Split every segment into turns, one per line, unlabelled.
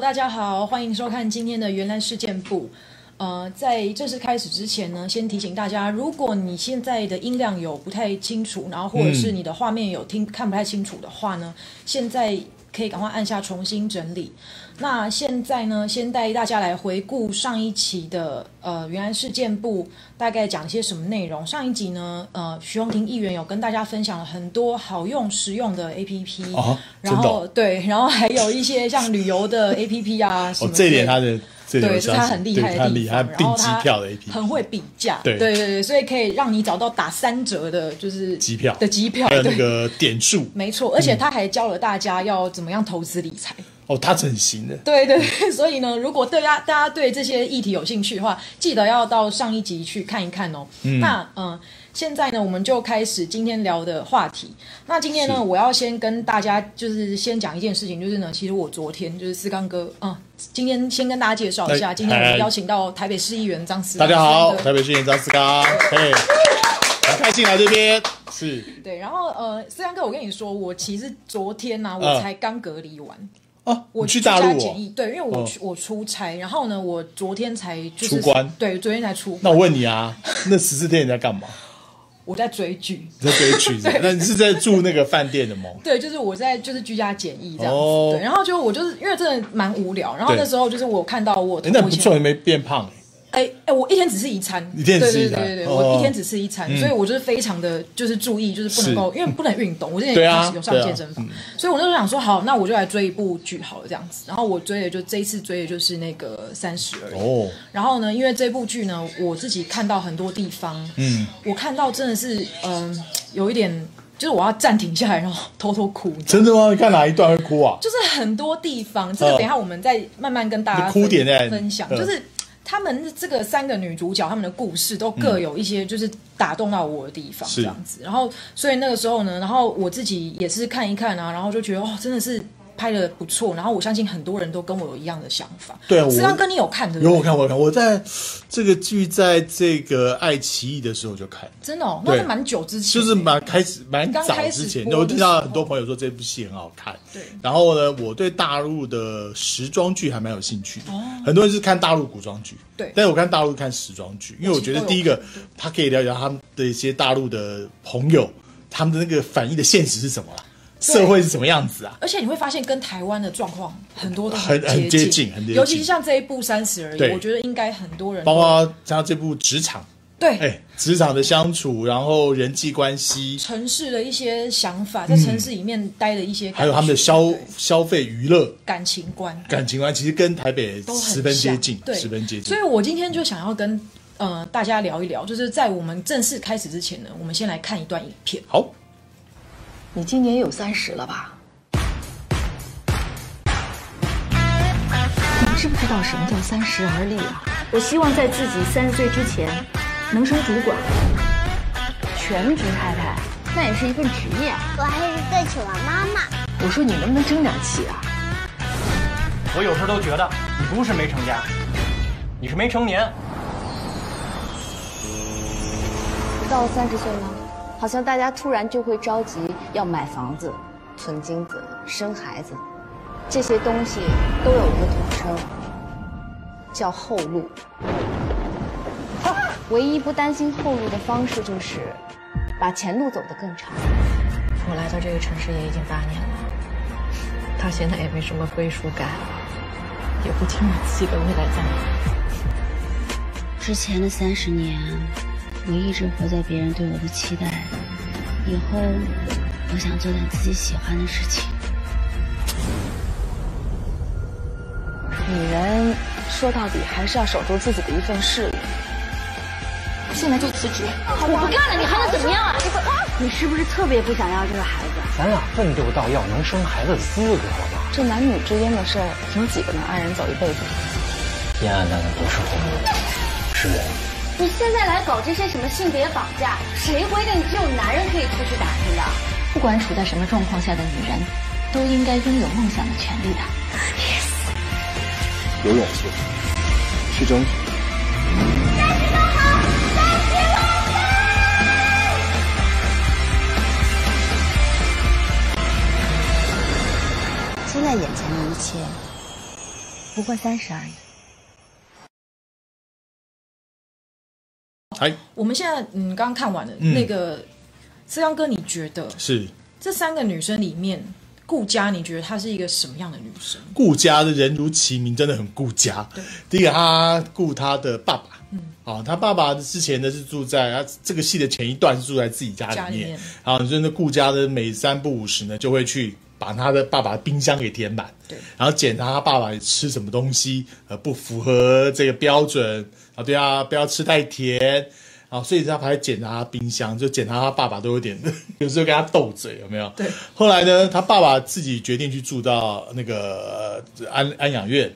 大家好，欢迎收看今天的原来事件部。呃，在正式开始之前呢，先提醒大家，如果你现在的音量有不太清楚，然后或者是你的画面有听看不太清楚的话呢，现在可以赶快按下重新整理。那现在呢，先带大家来回顾上一期的呃原来事件部大概讲些什么内容。上一集呢，呃，徐荣庭议员有跟大家分享了很多好用实用的 APP，、
哦
然
真的
后
哦
对，然后还有一些像旅游的 APP 啊什
哦
么，之类的。
这一点他的这一点
对，
我
是
相
他
信，
很厉
对
害
他
的
很
地
厉
方，
害，
然
他
后
订机
他
票的 APP，
很会比价，
对
对对对，所以可以让你找到打三折的，就是
机票
的机票，
还有那
对，
个点数，
没错，而且他还教了大家要怎么样投资理财。
哦，他整形的，
对对，对 所以呢，如果对大家大家对这些议题有兴趣的话，记得要到上一集去看一看哦。那嗯、呃现在呢，我们就开始今天聊的话题。那今天呢，
是
我要先跟大家就是先讲一件事情，就是呢，其实我昨天就是思刚哥啊、今天先跟大家介绍一下，
哎
今天我们
哎
邀请到台北市议员张思
大
刚
家好，
思刚哥
台北市演张思刚，嘿，很开心来这边，是
对，然后呃，思刚哥，我跟你说，我其实昨天呢、我
嗯
才刚隔离完。
哦，
我
你去大
家
陆
检
哦，
疫，对，因为我
嗯
去、我出差，然后呢，我昨天才就是
出关
对，昨天才出
那我问你啊，那十四天你在干 嘛？
我在追剧，
你在追剧是不是？那你是在住那个饭店的吗？
对，就是我在就是居家检疫这样子，
哦
对，然后就我就是因为真的蛮无聊，然后
对
那时候就是我看到我
哎，那
我
不
以前
错，你没变胖欸，
哎哎，我一天只吃一餐，
一天只吃一餐
对对对对对，
哦
我一天只吃一餐，所以我就是非常的就是注意，就是不能够，因为不能运动，我之前
对啊
有上健身房，所以我那时候想说，好，那我就来追一部剧好了这样子，然后我追的就这一次追的就是那个三十而已。
哦，
然后呢，因为这部剧呢，我自己看到很多地方，嗯，我看到真的是，嗯、有一点，就是我要暂停下来，然后偷偷哭，就
真的吗？你看哪一段会哭啊？
是很多地方，这个
嗯
等一下我们再慢慢跟大家
你哭点在
分享，
嗯
就是。他们这个三个女主角，她们的故事都各有一些就是打动到我的地方，
是
这样子。然后，所以那个时候呢，然后我自己也是看一看啊，然后就觉得哦，真的是拍的不错。然后我相信很多人都跟我有一样的想法。
对啊我
实际上跟你有看对不
有
对？
我看，我有看，我在这个剧在这个爱奇艺的时候就看，
真的哦，那是
对
蛮久之前，
就是蛮开始蛮早之前，我听到很多朋友说这部戏很好看。
对
然后呢，我对大陆的时装剧还蛮有兴趣的。很多人是看大陆古装剧，
哦对
但是我看大陆看时装剧，因为我觉得第一
我
个
其实都有看，
他可以了解到他们的一些大陆的朋友，他们的那个反映的现实是什么啦，啊
对
社会是什么样子啊？
而且你会发现跟台湾的状况很多都
很很
接
接近很接近
尤其是像这一部《三十而已》，
对
我觉得应该很多人都
包括像这部职场，
对、
哎，职场的相处，然后人际关系，
城市的一些想法，在城市里面待的一些感觉，
嗯还有他们的消
对
消费娱乐。
感情观
感情观其实跟台北
都很
十分接
像
近，
对，
十分接近
所以。我今天就想要跟呃大家聊一聊，就是在我们正式开始之前呢，我们先来看一段影片。
好，
你今年有三十了吧？你知不知道什么叫三十而立啊？
我希望在自己三十岁之前能升主管，全职太太，那也是一份职业。啊
我还是最喜欢妈妈。
我说你能不能争点气啊？
我有时候都觉得你不是没成家，你是没成年。
到了三十岁呢，好像大家突然就会着急要买房子、存金子、生孩子，这些东西都有一个统称，叫后路。唯一不担心后路的方式就是把前路走得更长。
我来到这个城市也已经八年了，到现在也没什么归属感，也不清楚自己的未来在哪。
之前的三十年，我一直活在别人对我的期待里。以后，我想做点自己喜欢的事情。
女人说到底还是要守住自己的一份事业。
现在就辞职，我不干了，你还能怎么样啊？你是不是特别不想要这个孩子？
咱俩奋斗到要能生孩子的资格了吧？
这男女之间的事儿，有几个能爱人走一辈子？
阴暗的啊不是红 路，是人。
你现在来搞这些什么性别绑架？谁规定只有男人可以出去打拼的？
不管处在什么状况下的女人，都应该拥有梦想的权利的。
啊有勇气，去争取。
现在眼前的一切，
不过三十而已。
哎，
我们现在嗯，刚刚看完了、
嗯
那个思刚哥，你觉得
是
这三个女生里面，顾佳，你觉得她是一个什么样的女生？
顾家的人如其名，真的很顾家。第一个，他顾他的爸爸，嗯，啊，他爸爸之前呢是住在他这个戏的前一段是住在自己家
家
里
里
面
面，
啊，所以呢，顾家的每三不五时呢就会去。把他的爸爸的冰箱给填满，
对，
然后检查他爸爸吃什么东西，呃，不符合这个标准，啊，对啊，不要吃太甜，啊，所以他还检查他冰箱，就检查他爸爸都有点，有时候跟他斗嘴，有没有？
对。
后来呢，他爸爸自己决定去住到那个呃安安养院、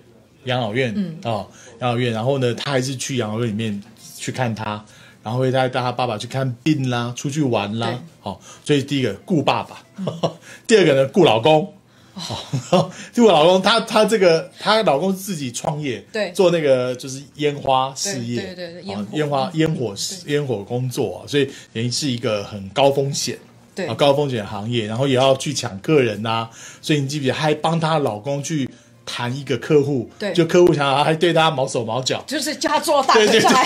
养老院，嗯，哦，养老院。然后呢，他还是去养老院里面去看他，然后会带带他爸爸去看病啦，出去玩啦
对，
好、所以第一个顾爸爸， 第二个呢顾老公。哦， 就我老公，他他这个，她老公自己创业，
对
做那个就是烟花事业，
对对对
哦
烟火
烟花烟火烟火工作、啊所以等于是一个很高风险，
对
啊，高风险行业，然后也要去抢客人呐、所以你记不记得还帮她老公去谈一个客户，
对，
就客户想要还对她毛手毛脚
就是叫她坐到大腿上来，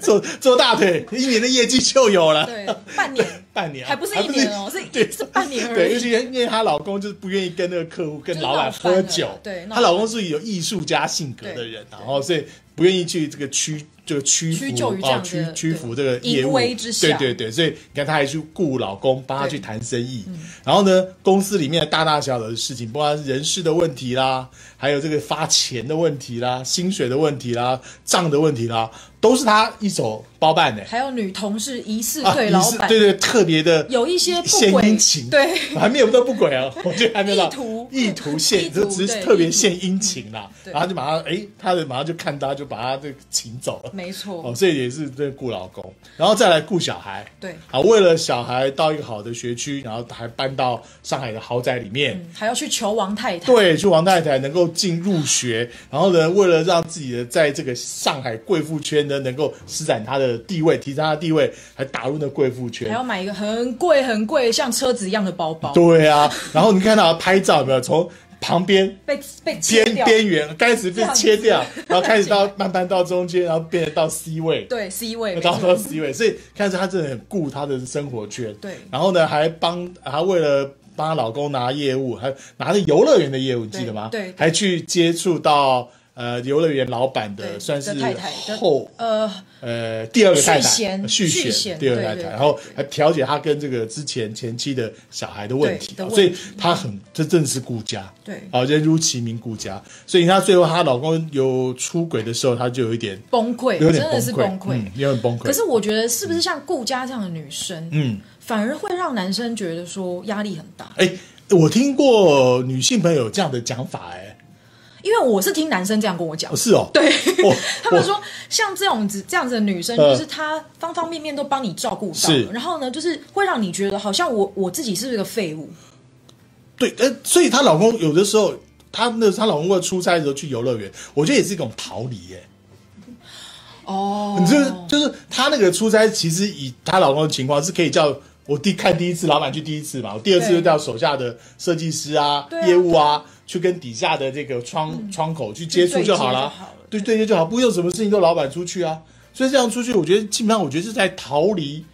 做做大腿，一年的业绩就有了，
对，半年，
半年啊
还不是一年哦，是
对
是半年而
对，
已
尤。其因为她老公就是不愿意跟那个客户、跟
就是
老板
闹翻
喝
了
酒，
对闹
她老公是有艺术家性格的
对
人，啊然后所以不愿意去这个屈这个屈服
屈就于这
哦
样
屈
的
屈服这个
对
业
淫
务
威之下
对对对，所以你看她还去雇老公帮她
对
去谈生意，
嗯
然后呢，公司里面的大大小小的事情，不管是人事的问题啦，还有这个发钱的问题啦、薪水的问题啦、账的问题啦，都是她一手包办的、
还有女同事疑似
啊，
对
你
老
是
板
对对，特别的
有一些不
献
轨
殷勤，
对，
还没有到不 轨啊，我觉得还没有到
意图
意图
意
献，
图
就只是
对
特别
意图
献殷勤啦，
对
然后就马上哎，他的马上就看他就把他这个请走了，
没错
哦，所以也是在顾老公，然后再来顾小孩，
对
啊，为了小孩到一个好的学区，然后还搬到上海的豪宅里面，
还要去求王太太，
对，去王太太能够进入学，然后呢，为了让自己的在这个上海贵妇圈呢，能够施展她的地位，提升她的地位，还打入那贵妇圈
还。要买一个很贵很贵像车子一样的包包，
对啊，然后你看到拍照有没有？从旁边
被被切
边
掉，
边缘开始被切
这
掉
样子，
然后开始到慢慢到中间，然后变得到 C 位。
对 C 位，没
到
错
到 C 位，所以看着她真的很顾她的生活圈。
对
然后呢，还帮还为了帮她老公拿业务，还拿着游乐园的业务，你记得吗？
对对
还去接触到呃游乐园老板的
对
算是
的太太的
后
呃，
呃第二个太太
续弦
续弦
续弦
第二个
对
太
对
太，
对
然后还调解她跟这个之前前妻的小孩的问题啊
对，的
所以
问题
她很这正是顾家。
对
好人如其名顾家，所以她最后她老公有出轨的时候，她就有一点
崩溃，
有
真
点
的是崩溃。
嗯有点崩溃。
可是我觉得，是不是像顾佳这样的女生，
嗯。
反而会让男生觉得说压力很大？
哎，我听过女性朋友这样的讲法，哎，
因为我是听男生这样跟我讲
哦，是哦，
对
我，
他们说像这种子这样子的女生，
呃
就是她方方面面都帮你照顾到
是
了，然后呢，就是会让你觉得好像我我自己是不是个废物？
对，呃，所以她老公有的时候，她那她老公会出差的时候去游乐园，我觉得也是一种逃离，哎，
哦，
你就是就是她那个出差，其实以她老公的情况是可以叫。我第看第一次，老板去第一次嘛，我第二次
对
就叫手下的设计师啊、
对啊
业务啊，去跟底下的这个窗、窗口去接触
去对接
好
就
了
好了，
对对接就好，不用什么事情都老板出去啊。所以这样出去，我觉得基本上我觉得是在逃离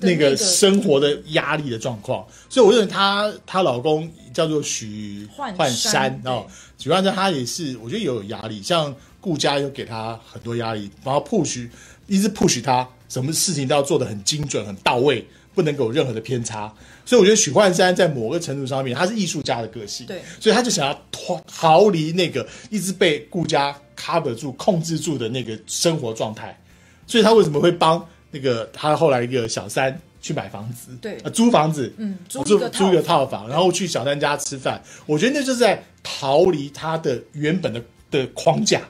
的
那
那
个
个
生活的压力的状况，所以我认为她她老公叫做许
焕
焕
山
山
对
哦，许焕山他也是我觉得也有压力，像顾家又给他很多压力，然后 push 一直 push 他，什么事情都要做的很精准、很到位，不能有任何的偏差。所以我觉得许焕山在某个程度上面，他是艺术家的个性，
对
所以他就想要脱逃离那个一直被顾家 cover 住、控制住的那个生活状态。所以他为什么会帮那个他后来一个小三去买房子，
对
呃租房子，
嗯
租
租一
租
个
一个
套
套房，然后去小三家吃饭。我觉得那就是在逃离他的原本的的框架，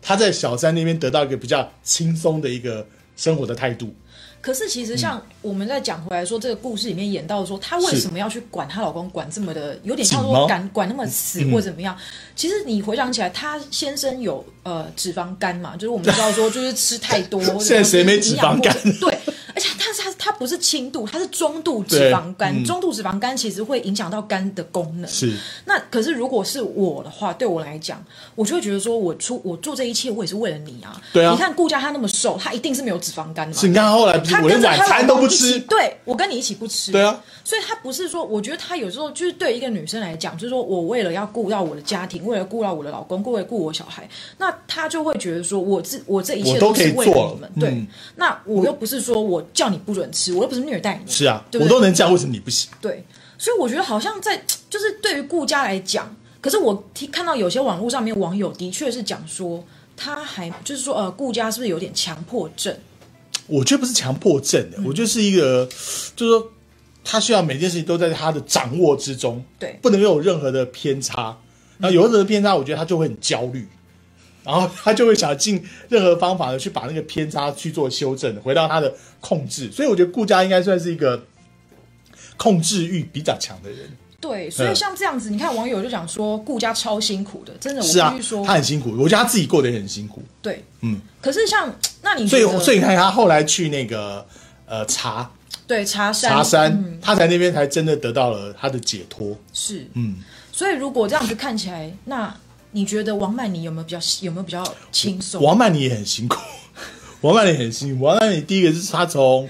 他在小三那边得到一个比较轻松的一个生活的态度。
可是其实
嗯
像我们在讲回来说，这个故事里面演到说，她为什么要去管她老公管这么的，有点像
紧吗嗯
说管管那么死或怎么样？其实你回想起来，她先生有呃脂肪肝嘛，就是我们知道说就是吃太多，
现在谁没脂肪肝
营养过剩对，而且但是她她不是轻度，它是中度脂肪肝。
对嗯
中度脂肪肝其实会影响到肝的功能。
是
那可是如果是我的话，对我来讲，我就会觉得说，我出我做这一切，我也是为了你啊。
对啊
你看顾佳她那么瘦，她一定是没有脂肪肝的嘛。
是你看她后来不是
她
我连
跟着
晚
她
餐
老
都不
公一起
吃
对我跟你一起不吃。
对啊，
所以她不是说，我觉得她有时候就是对一个女生来讲，就是说我为了要顾到我的家庭，为了顾到我的老公，为了顾我小孩，那她就会觉得说我这我这一
我
切
都可
是
以
为了
做
你们。
嗯
对，那我又不是说我叫你不准吃，我又不是虐待你。
是啊，
对不
我
对
都能这样，为什么你不行？
对，所以我觉得好像在就是对于顾家来讲，可是我听看到有些网络上面网友的确是讲说，他还就是说呃，顾家是不是有点强迫症？
我觉得不是强迫症欸
嗯
的，我就是一个，就是说他需要每件事情都在他的掌握之中，
对
不能有任何的偏差。然后有任何的偏差，我觉得他就会很焦虑，然后他就会想尽任何方法的去把那个偏差去做修正，回到他的控制。所以我觉得顾家应该算是一个控制欲比较强的人。
对，
嗯
所以像这样子，你看网友就讲说顾家超辛苦的，真的，
是
我
啊
必须说，，
他很辛苦，我觉得他自己过得也很辛苦。
对，
嗯，
可是像那你
所
觉得
以所以你看他后来去那个呃茶
对茶山
茶山，
嗯
他才那边才真的得到了他的解脱。
是，
嗯，
所以如果这样子看起来，那你觉得王曼妮有没有比较有没有比较轻松？
王曼妮也很辛苦， 王曼妮也很辛苦。王曼妮第一个就是她从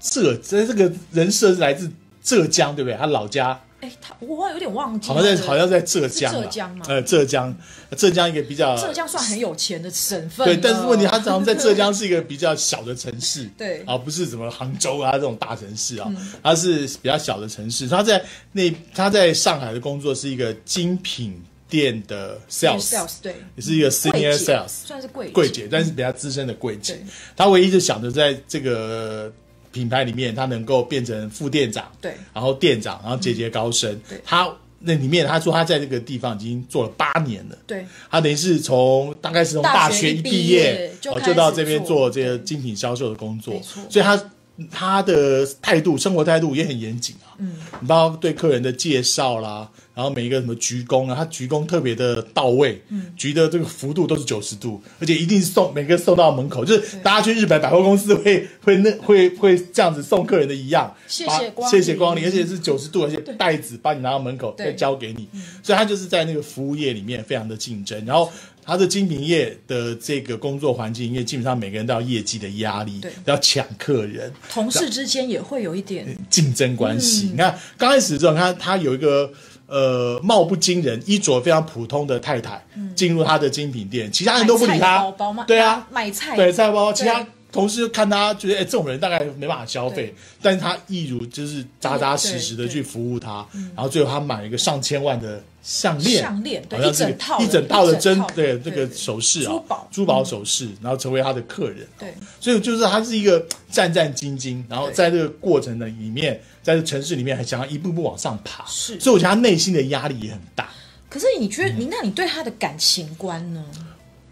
浙，这这个人设是来自浙江，对不对？她老家
哎，他我有点忘记了，
好像在好像在浙江啦，
是浙江吗
呃，浙江，浙江一个比较
浙江算很有钱的省份了，
对，但是问题她好像在浙 江是一个比较小的城市，
对嗯
啊，不是什么杭州啊这种大城市啊，它是比较小的城市。她在那她在上海的工作是一个精品店的 sales，
sales 对，
也是一个
柜
senior
姐
sales。
算是柜
柜姐，但是比较资深的柜姐
对，
她唯一就想着在这个品牌里面，她能够变成副店长，
对嗯
然后店长，然后节节高升。
对
她那里面她说她在这个地方已经做了八年了，
对
她等于是从大概是从
大
大
学
学
一
一
毕
毕
业
业，
就
哦
开
就到
始
这边
做
做这个
对
精品销售的工作
没错，
所以她她的态度、生活态度也很严谨啊，嗯，你包括对客人的介绍啦。然后每一个什么鞠躬啊，她鞠躬特别的到位，嗯，鞠的这个幅度都是九十度，而且一定送每个送到门口，就是大家去日本百货公司会会那会会这样子送客人的一样，
谢
把
谢光
谢谢光
临
临，而且是九十度，而且袋子把你拿到门口
对
再交给你，所以他就是在那个服务业里面非常的竞争，然后他的精品业的这个工作环境，因为基本上每个人都要业绩的压力
对，
要抢客人，
同事之间也会有一点，
竞争关系。
嗯
你看刚开始的时候，你看他有一个呃貌不惊人、衣着非常普通的太太、进入他的精品店，其他人都不理
买菜
他
包包嘛，
对啊，
买菜
对菜包包，其他
对。
同事就看他觉得，哎、这种人大概没办法消费
对，
但是他一如就是扎扎实实的
对对
去服务他，然后最后他买了一个上千万的项链，
项链对
好像
一
是
整套的
一整套
一
的
整
真
套的
对这
对
个
对
首饰啊，
珠宝嗯
珠宝首饰，然后成为他的客人。
对
所以就是他是一个战战兢兢，然后在这个过程的里面，在这城市里面还想要一步步往上爬，
是
所以我觉得他内心的压力也很大。
可是你觉得，
嗯
你那你对他的感情观呢？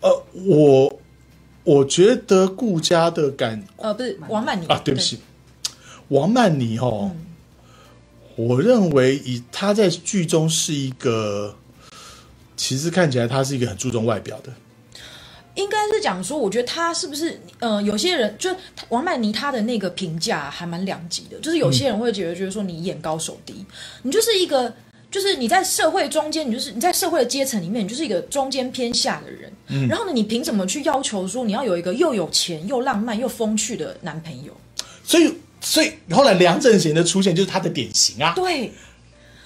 呃，我我觉得顾家的感
呃，不是王曼妮
啊，对不起，王曼妮哦，我认为以她在剧中是一个，其实看起来她是一个很注重外表的，
应该是讲说，我觉得他是不是呃，有些人就是他王曼妮她的那个评价还蛮两极的，就是有些人会觉得觉得说你眼高手低，你就是一个。就是你在社会中间，你就是你在社会的阶层里面，你就是一个中间偏下的人。
嗯
然后呢，你凭什么去要求说你要有一个又有钱又浪漫又风趣的男朋友？
所以所以后来梁振贤的出现就是她的典型啊，
对，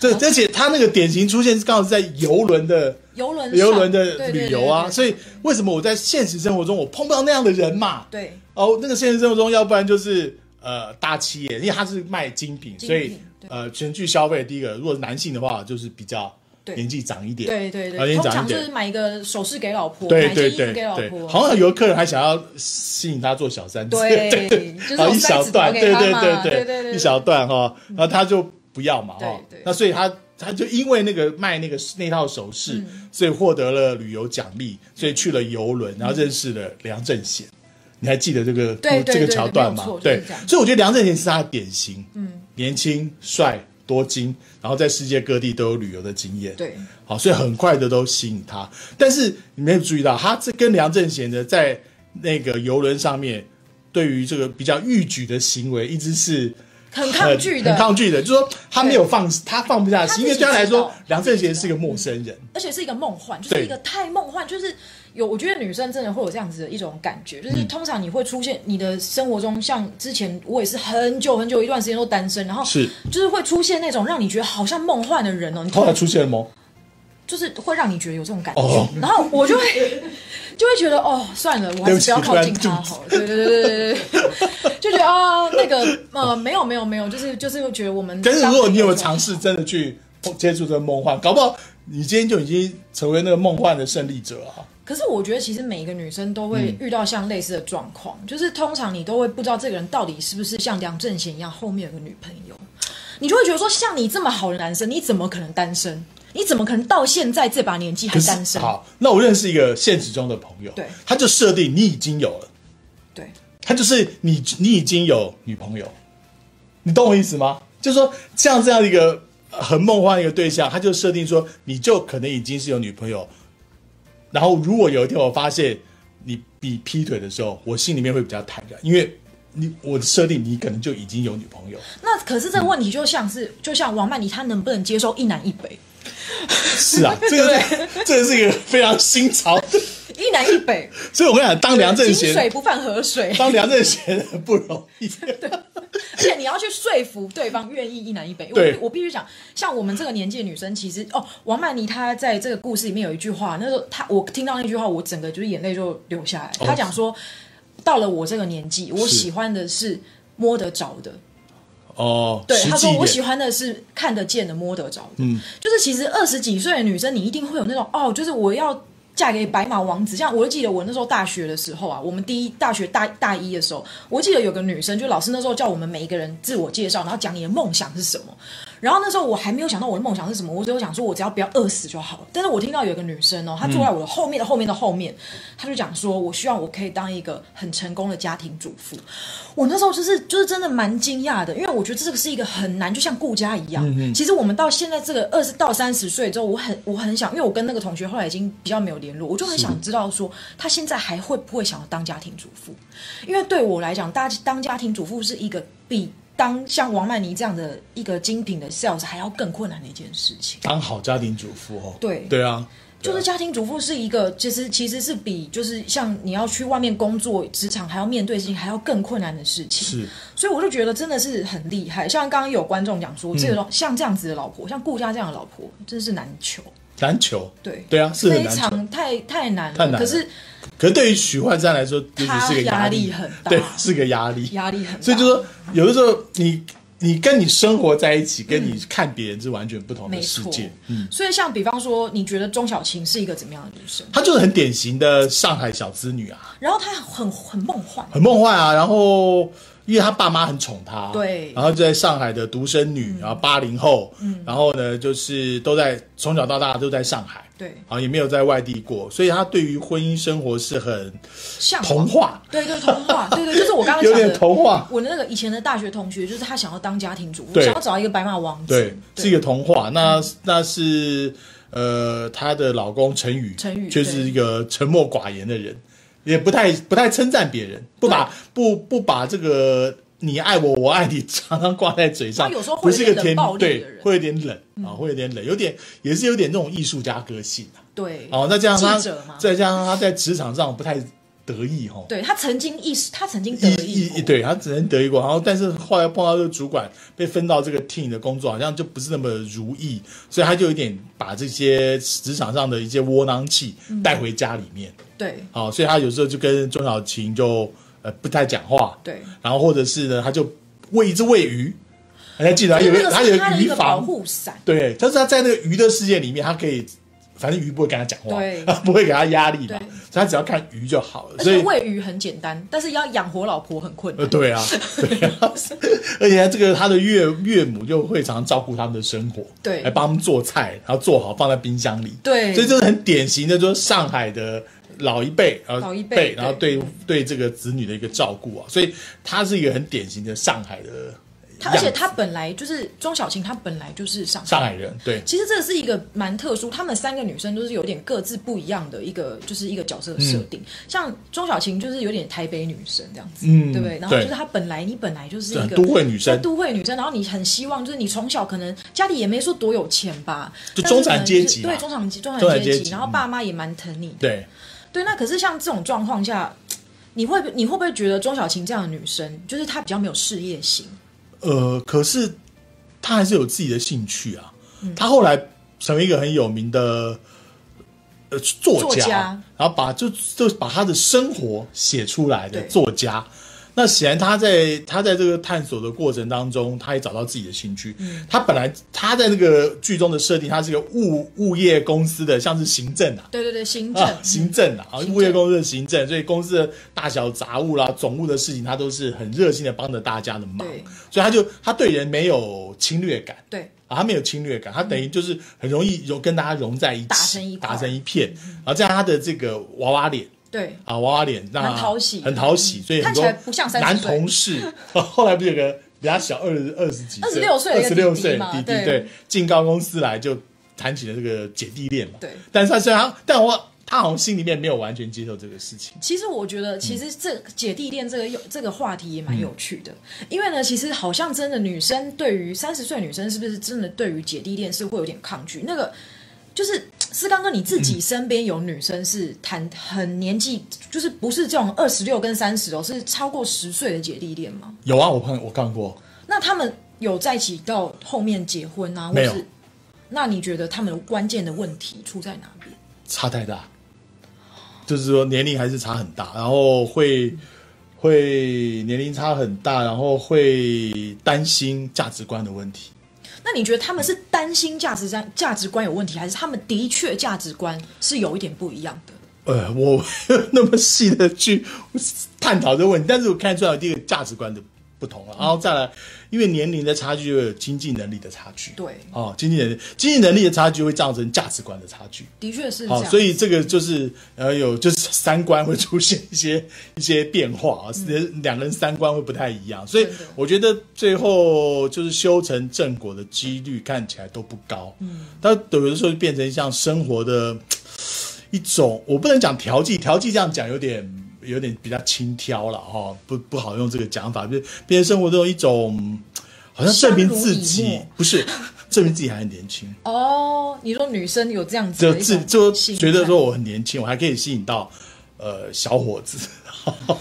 对，而且他那个典型出现是刚好是在游轮的
游轮上
游轮的
对对
旅游啊，
对对对
所以为什么我在现实生活中我碰不到那样的人嘛？
对
哦，那个现实生活中，要不然就是呃大企业，因为他是卖精品，
精品
所以
对
呃全剧消费。第一个，如果是男性的话，就是比较
对
年纪长一点，
对对
呃
对，
年纪
通
长
常
一
就
点
是。买一个首饰给老婆，
对
买一件
对
衣服
对
给老婆
对，，好像有的客人还想要吸引他做小三子，
对就是
好
我
一
塞
小
纸
段，
头
对
给他嘛
对
对对对嗯
一小段哈，然后他就不要嘛哈
对对，
那所以他他就因为那个卖那个那套首
嗯
饰，所以获得了旅游奖励，所以去了游轮，然后认识了梁振贤。你还记得这个
对对
这个
对
桥
对
段
没有
吗
错？就
对
是这样，
所以我觉得梁振贤是他的典型，嗯，年轻、帅、多金，然后在世界各地都有旅游的经验，
对，
好，所以很快的都吸引他。但是你没有注意到，他这跟梁振贤的在那个游轮上面对于这个比较逾矩的行为，一直是
很抗拒的
很抗拒的。就是说他没有放，他放不
他
下
自
心，
己
因为对他来
知
说
道，
梁振杰是一个陌生人。
而且是一个梦幻，就是
对
一个太梦幻，就是有我觉得女生真的会有这样子的一种感觉，
嗯
就是通常你会出现你的生活中，像之前我也是很久很久一段时间都单身，然后
是
就是会出现那种让你觉得好像梦幻的人哦，你
后来出现了吗？
就是会让你觉得有这种感觉，
哦
然后我就会 就会觉得哦，算了，我还是
对不
不
起
要靠近
突
他
然
好了。对对对对对对，就觉得啊、那个呃，没有没有没有，就是就是觉得我们
但
当
是
年有这种。
如果你有尝试真的去接触这个梦幻，搞不好你今天就已经成为那个梦幻的胜利者啊！
可是我觉得，其实每一个女生都
嗯
会遇到像类似的状况，就是通常你都会不知道这个人到底是不是像梁正贤一样后面有个女朋友，你就会觉得说，像你这么好的男生，你怎么可能单身？你怎么可能到现在这把年纪还
可是
单身？
好，那我认识一个现实中的朋友，
对
他就设定你已经有了，
对，
他就是你你已经有女朋友，你懂我意思吗？就是说像这样的一个呃很梦幻的一个对象，他就设定说你就可能已经是有女朋友，然后如果有一天我发现你你劈腿的时候，我心里面会比较坦然，因为你我设定你可能就已经有女朋友。
那可是这个问题就像
嗯
是，就像王曼妮，她能不能接受一南一北？
是啊，这个是这个是一个非常新潮的，
一南一北，
所以我跟你讲，当梁振
井水
贤，
不犯河水，
当梁振贤很不容 易。
而且你要去说服对方愿意一南一北。
对
我我必须讲，像我们这个年纪的女生，其实哦，王曼妮她在这个故事里面有一句话，那时候她我听到那句话，我整个就是眼泪就流下来。她讲说，到了我这个年纪，我
哦是
喜欢的是摸得着的。
哦，
对，
实
她
际
说
一
我喜
点，
欢的是看得见的、摸得着的。嗯，就是其实二十几岁的女生，你一定会有那种哦，就是我要。嫁给白马王子，像我就记得我那时候大学的时候啊，我们第一大学大大一的时候，我记得有个女生，就老师那时候叫我们每一个人自我介绍，然后讲你的梦想是什么。然后那时候我还没有想到我的梦想是什么，我只有想说我只要不要饿死就好了。但是我听到有个女生哦，她坐在我的后面的后面的后面，她就讲说，我希望我可以当一个很成功的家庭主妇。我那时候就是就是真的蛮惊讶的，因为我觉得这个是一个很难，就像顾家一样。其实我们到现在这个二十到三十岁之后，我很我很想，因为我跟那个同学后来已经比较没有联络，我就很想知道说她现在还会不会想要当家庭主妇，因为对我来讲，大当家庭主妇是一个比当像王曼妮这样的一个精品的 sales 还要更困难的一件事情。
当好家庭主妇哦。
对
对啊，对
就
啊
是家庭主妇是一个，其实其实是比就是像你要去外面工作、职场还要面对的事情还要更困难的事情。
是
所以我就觉得真的是很厉害。像刚刚有观众讲
嗯
说，这种、像这样子的老婆，像顾家这样的老婆，真是难求。
难求。
对
对啊，是很
非
难求。
常太太难了。
太难了
可是
可是对于许幻山来说，也许是个
他压
力，
力很大
对，是个压力。
压力很大，
所以就说，有的时候你你跟你生活在一起，跟你看别人是完全不同
嗯没
的世
错
界。。嗯
所以像比方说，你觉得钟小琴是一个怎么样的女生？
她就是很典型的上海小资女啊，
然后她很很梦幻，
很梦幻啊。然后因为她爸妈很宠她，
对嗯
然后就在上海的独生女，然后八零后，然后呢就是都在从小到大都在上海，
对，
然后也没有在外地过，所以她对于婚姻生活是很
向往
童话，
对对，童 话，对对，就是我刚刚
有
讲
点
的。
童话。
我那个以前的大学同学，就是他想要当家庭主妇，
对
想要找一个白马王子，
对，是一个童话。那那是呃，她的老公陈宇，
陈宇
却
对
是一个沉默寡言的人，也不太不太称赞别人，不把不不把这个你爱我，我爱你常常挂在嘴上，
他有时候会
不是一
有
个
点
甜
暴力的
对
人，嗯
会有点冷啊，会有点冷，有点也是有点那种艺术家个性啊。
对，
哦，那这样他
记者嘛
再加上他在职场上不太得意哈、哦，
对他曾经意识，他曾经得
一
意过
一对他只能得意过，然后但是后来碰到这个主管被分到这个 team 的工作，好像就不是那么如意，所以他就有点把这些职场上的一些窝囊气
嗯
带回家里面。
对
好、所以他有时候就跟钟小琴就呃不太讲话，
对，
然后或者是呢，他就喂一只喂鱼，你还记得他有
那个
他
是
有
他的
鱼
一个保
房，
护伞，
对，但是他在那个鱼的世界里面，他可以。反正鱼不会跟他讲话，
对
不会给他压力嘛
对，
所以他只要看鱼就好了。
而
所以
且喂鱼很简单，但是要养活老婆很困
呃，
难。
对啊，对啊，而且这个他的岳岳母就会常照顾他们的生活，
对
来帮他们做菜，然后做好放在冰箱里，
对
所以这是很典型的，就是上海的老一辈，然后
老一辈
然后对对这个子女的一个照顾啊，所以他是一个很典型的上海的
他而且他本来就是庄小晴，她本来就是上
上海人，对，
其实这是一个蛮特殊，她们三个女生都是有点各自不一样的一个，就是一个角色的设定。像钟小晴就是有点台北女生这样子，
嗯
对不对？然后就是
对
她本来你本来就是一个
都会女生
对都会女生，然后你很希望就是你从小可能家里也没说多有钱吧，
就
但是
中产阶级
可能就是
嘛
对中产阶中
中
产
产
阶
阶级
级，然后爸妈也蛮疼你的，
对，
对，那可是像这种状况下，你会你会不会觉得钟小晴这样的女生，就是她比较没有事业心？
呃，可是他还是有自己的兴趣啊。
嗯
他后来成为一个很有名的呃作
作家
然后把就就把他的生活写出来的
对
作家。那显然他在他在这个探索的过程当中，他也找到自己的兴趣。
嗯
他本来他在那个剧中的设定，他是个物物业公司的，像是行政啊，
对对嗯对，行政、
啊，行政啊，
行政
物业公司的行政，所以公司的大小杂务啦、总务的事情，他都是很热心的帮着大家的忙
对，
所以他就他对人没有侵略感。
对
啊，他没有侵略感，他等于就是很容易融跟大家融在一起，
打成一块嗯
打成一片，然后加上他的这个娃娃脸
对，
啊，娃娃脸那
很讨喜嗯
很讨喜，所以很
看起
多
来不像30岁
男同事。 后来不是有个比他小二十二十几岁、
26岁的
二
一个弟
十
弟
六岁的
嘛
弟弟，
对
对，进高公司来就谈起了这个姐弟恋嘛。
对
但是他虽然他，但我他好像心里面没有完全接受这个事情。
其实我觉
嗯
得，其实这姐弟恋这个有这个话题也蛮有趣的，因为呢，其实好像真的女生对于三十岁女生是不是真的对于姐弟恋是会有点抗拒？那个就是思刚哥，你自
嗯
己身边有女生是谈很年纪，就是不是这种二十六跟三十哦，是超过十岁的姐弟恋吗？
有啊，我看我看过，
那他们有在一起到后面结婚啊，或
没有
是？那你觉得他们关键的问题出在哪边？
差太大，就是说年龄还是差很大，然后会会年龄差很大，然后会担心价值观的问题。
那你觉得他们是担心价值观价值观有问题，还是他们的确价值观是有一点不一样的？
呃，我 没有那么细的去探讨这个问题，但是我看出来第一个价值观的不同了，然后再来，因为年龄的差距，又有经济能力的差距，
对
哦，经济能力经济能力的差距会造成价值观的差距，
的确是这
好，
样。
所以这个就是呃有 就是三观会出现一些 一些变化啊，是两个人三观会不太一样，所以
嗯真的
我觉得最后就是修成正果的几率看起来都不高，嗯，但有的时候就变成像生活的一种，我不能讲调剂，调剂这样讲有点有点比较轻佻了哈、哦，不不好用这个讲法，就是变成生活中一种好像证明自
相濡以
己
沫
不是证明自己还很年轻。
哦，你说女生有这样子
就
的一
自
种
就
心态
觉得说我很年轻，我还可以吸引到呃小伙子、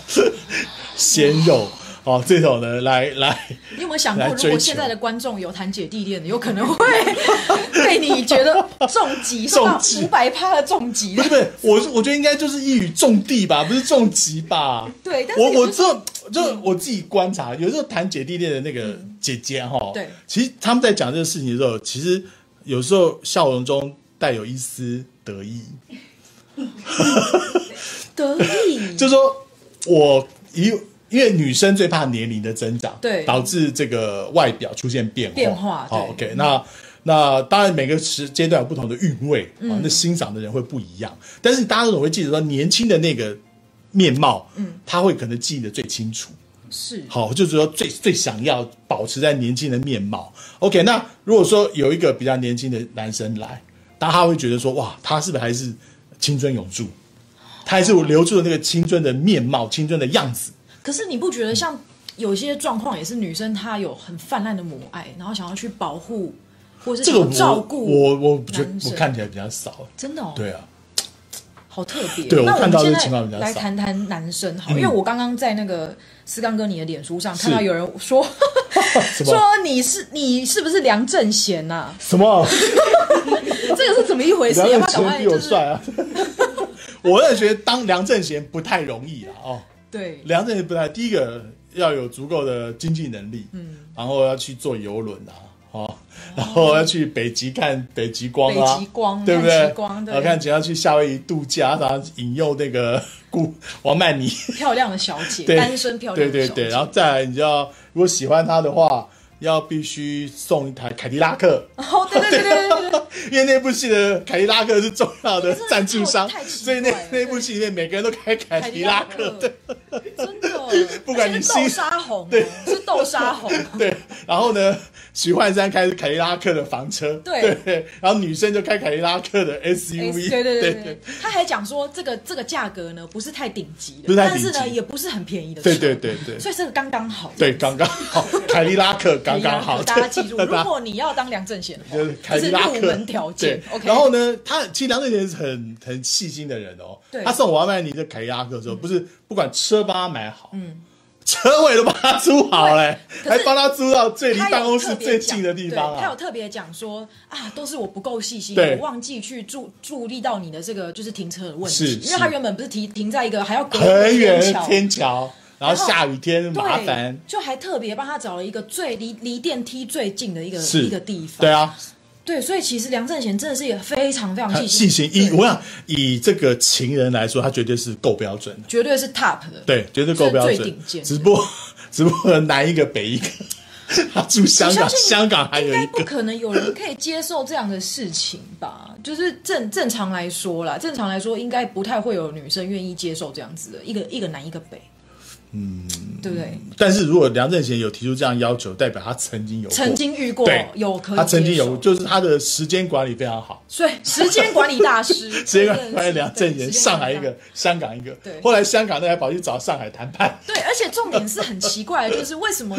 鲜肉哦这种的来来，
你有没有想
来
过，
追求
如果现在的观众有谈姐弟恋的，有可能 会被你觉得重击，受到
重击
五百趴的重击
不。是不是，我我觉得应该就是一语中的吧，不是重疾吧？
对但是
我
有
我
的
这就我自己观察，有时候谈姐弟恋的那个姐姐哈，
嗯对
其实他们在讲这个事情的时候，其实有时候笑容中带有一丝得意，
得意，
就是说我以因为女生最怕年龄的增长，
对
导致这个外表出现变化。
变化
好
对
，OK，那那当然每个时阶段有不同的韵味，
嗯
啊，那欣赏的人会不一样。但是大家总会记得说，年轻的那个面貌，嗯，他会可能记得最清楚。
是
好，就是说最最想要保持在年轻的面貌。OK，那如果说有一个比较年轻的男生来，那他会觉得说，哇，他是不是还是青春永驻？他还是留住了那个青春的面貌、青春的样子。
可是你不觉得像有些状况也是女生她有很泛滥的母爱，然后想要去保护或是
这个
想
我
要照顾？
我我觉得
男
我
生
看起来比较少。
真的哦，
对啊，
好特别。
对
那
我看到
们
这
现
情况比
在
较
来
少
谈谈男生好，因为我刚刚在那个思刚哥你的脸书上看到有人说
什
说
么
你是你是不是梁正贤呐、
什么？
啊这个是怎么一回事？
梁
要不
正
要赶快
贤比我
就是
帅啊！ 我也觉得当梁正贤不太容易啦哦。
对
梁振英不太，第一个要有足够的经济能力，嗯，然后要去坐游轮啊，哦，然后要去北极看北极光啊，
北极光
对不对？
看极光对
然后看只要去夏威夷度假，然后引诱那个 顾王 曼妮，
漂亮的小姐，
对，
单身漂亮
对
的
对
小姐，
对，然后再来，你就要如果喜欢她的话，要必须送一台凯迪拉克，
哦对对对对对对对，
因为那部戏的凯迪拉克是重要的赞助商，
太奇怪
所以
了
那那部戏里面每个人都开凯迪拉克，对
真的，
不管你
而且是
心
豆沙红，对，是豆沙红，
对。然后呢，许幻山开凯迪拉克的房车，
对
对，然后女生就开凯迪拉克的
哎
SUV，
对对
对
对对，他还讲说这个这个价格呢不是太顶级
不
的，
是太
但
顶级
是呢也不是很便宜的车，
对对对对
所以这个刚刚好，
对，刚 刚好，凯迪拉克刚刚好，
啊大家记住，
对
如
大家
果你要当梁正贤的话，
就是凯
这
迪
是
拉克
入门条件
对
，OK，
然后呢，他其实梁振贤是很很细心的人哦。
对嗯
他送我曼尼的凯迪拉克的时候，不是不管车帮他买好，嗯，车位都帮他租好嘞，
对可
还
是
帮他租到最离
他有
办公室
特别
最
讲
近的地方
对他有
啊。
特别讲说啊，都是我不够细心，
对
我忘记去注注意到你的这个就是停车的问
是
题，因为他
是
原本不是停停在一个还要隔
很远
天桥
的天桥，然
然
后
后
下雨天
对，
麻烦，
就还特别帮他找了一个最离离电梯最近的一个
是
一个地方。
对啊，
对所以其实梁正贤真的是也非常非常
很
细
细心。以我想，以这个情人来说，他绝对是够标准的，
绝对是 top 的。
对，绝对够
是
标
最
准
顶尖。的
只不过， 只不过南一个北一个，他住香
我
港，
相信
香港还有
应
一
该
个
不。可能有人可以接受这样的事情吧？就是正正常来说啦，正常来说应该不太会有女生愿意接受这样子的，一个一个南一个北，嗯，对不对？
但是如果梁振贤有提出这样要求，代表他曾经有过
曾经遇过
对
有可以，
他曾经有，，就是他的时间管理非常好。
所以时间管理大师，
时间管
真
理
的是
梁振贤，
对时间管理
上海
大
一个，香港一个，
对
后来香港那还跑去找上海谈判，
对，而且重点是很奇怪的，就是为什么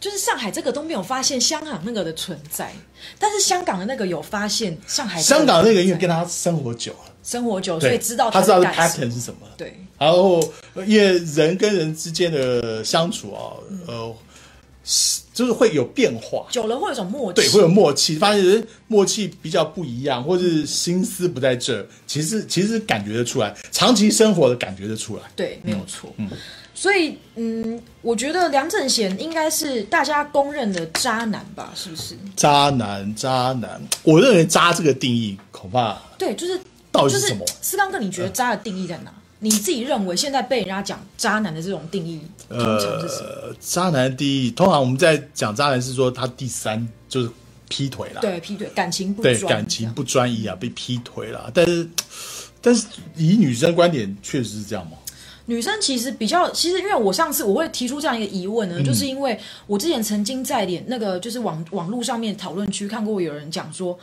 就是上海这个都没有发现香港那个的存在，但是香港的那个有发现上海这
香港那个因为
的存在
跟他生活久了，
生活久，所
对，
以知道
他
它
知道
的
的
感受
pattern 是什么，
对，
然后呃因为人跟人之间的相处啊，
嗯
呃，是就是会有变化，
久了会有一种默契，
对，会有默契，发现人默契比较不一样，或是心思不在这，其实其实感觉得出来，长期生活的感觉得出来。
对，没有错。所以嗯，我觉得梁正贤应该是大家公认的渣男吧，是不是？
渣男，渣男，我认为“渣”这个定义恐怕
对，就是
到底
就是
什么
思刚哥，你觉得渣的定义在哪？你自己认为现在被人家讲渣男的这种定义，通常是什么？
呃，渣男第一，通常我们在讲渣男是说他第三就是劈腿啦，
对，劈腿，感情不
呃对，
专啊
感情不专一啊，被劈腿啦。但是，但是以女生观点，确实是这样吗？
女生其实比较，其实因为我上次我会提出这样一个疑问呢，
嗯
就是因为我之前曾经在脸那个就是网网络上面讨论区看过有人讲说，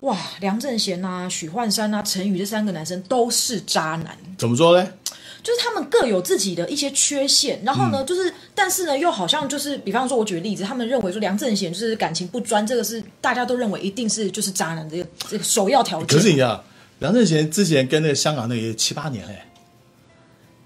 哇，梁正贤啊、许幻山啊、陈宇这三个男生都是渣男，
怎么说呢？
就是他们各有自己的一些缺陷，然后呢，
嗯
就是但是呢，又好像就是，比方说，我举个例子，他们认为说梁正贤就是感情不专，这个是大家都认为一定是就是渣男这个这个首要条件。
可是你看，啊梁振贤之前跟那个香港那个也七八年嘞、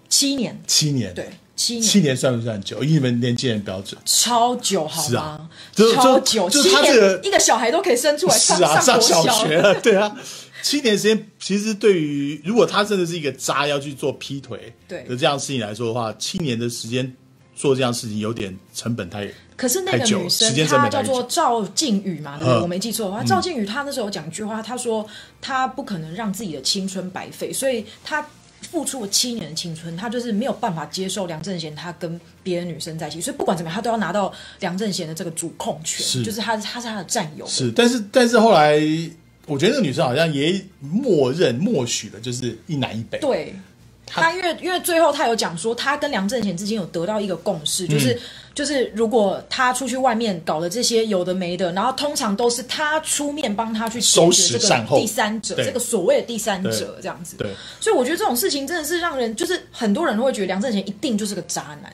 七年，
七年，
对，，七年，
七年算不算久？以你们年轻人标准，
超久好
是啊
吗？
就
超
就
久，
就
七
他
年
这个
一个小孩都可以生出来上
是啊，上
国
小学
了，
了，对 啊，七年时间，其实对于如果他真的是一个渣，要去做劈腿
对
的这样的事情来说的话，七年的时间做这样的事情有点成本太，
可是那
太
个
久
女
了
生
时间，成
她
本
叫
太久
做赵靖宇嘛，对不对？
嗯
我没记错的话，赵靖宇她那时候有讲一句话，她说她不可能让自己的青春白费，所以她付出了七年的青春，她就是没有办法接受梁正贤她跟别的女生在一起，所以不管怎么样，她都要拿到梁正贤的这个主控权，
是
就是她她是她的战友，
是，但是但是后来，我觉得那个女生好像也默认默许了，就是一南一北，
对，他因为因为最后他有讲说，他跟梁振贤之间有得到一个共识，
嗯
就是、就是如果他出去外面搞了这些有的没的，然后通常都是他出面帮他去解
收拾
决这
善
个
后
第三者，
对
这个所谓的第三者
对
这样子。
对，
所以我觉得这种事情真的是让人，就是很多人都会觉得梁振贤一定就是个渣男，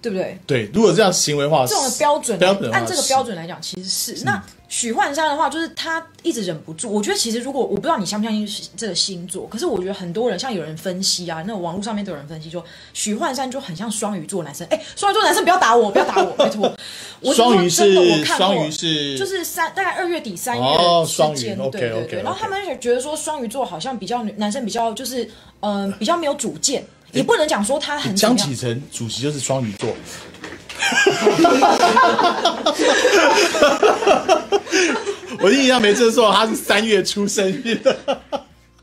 对不对？
对，如果这样行为的话，
这种的标准，
标准的话
按这个
是
标准来讲，其实是那许幻山的话，就是他一直忍不住。我觉得其实如果我不知道你相不相信这个星座，可是我觉得很多人像有人分析啊，那种网络上面都有人分析说许幻山就很像双鱼座男生。哎，双鱼座男生不要打我，不要打我，拜 托。我
双鱼
真的
是
我看过
双鱼是
就是三大概二月底三月
哦
之
双鱼
间，
，OK，
对对
OK，
对。然后
OK
他们就觉得说双鱼座好像比较女男生比较就是嗯、比较没有主见，也不能讲说他很怎
江
么样
启臣主席就是双鱼 座。我印象没记错，他是三月出生日。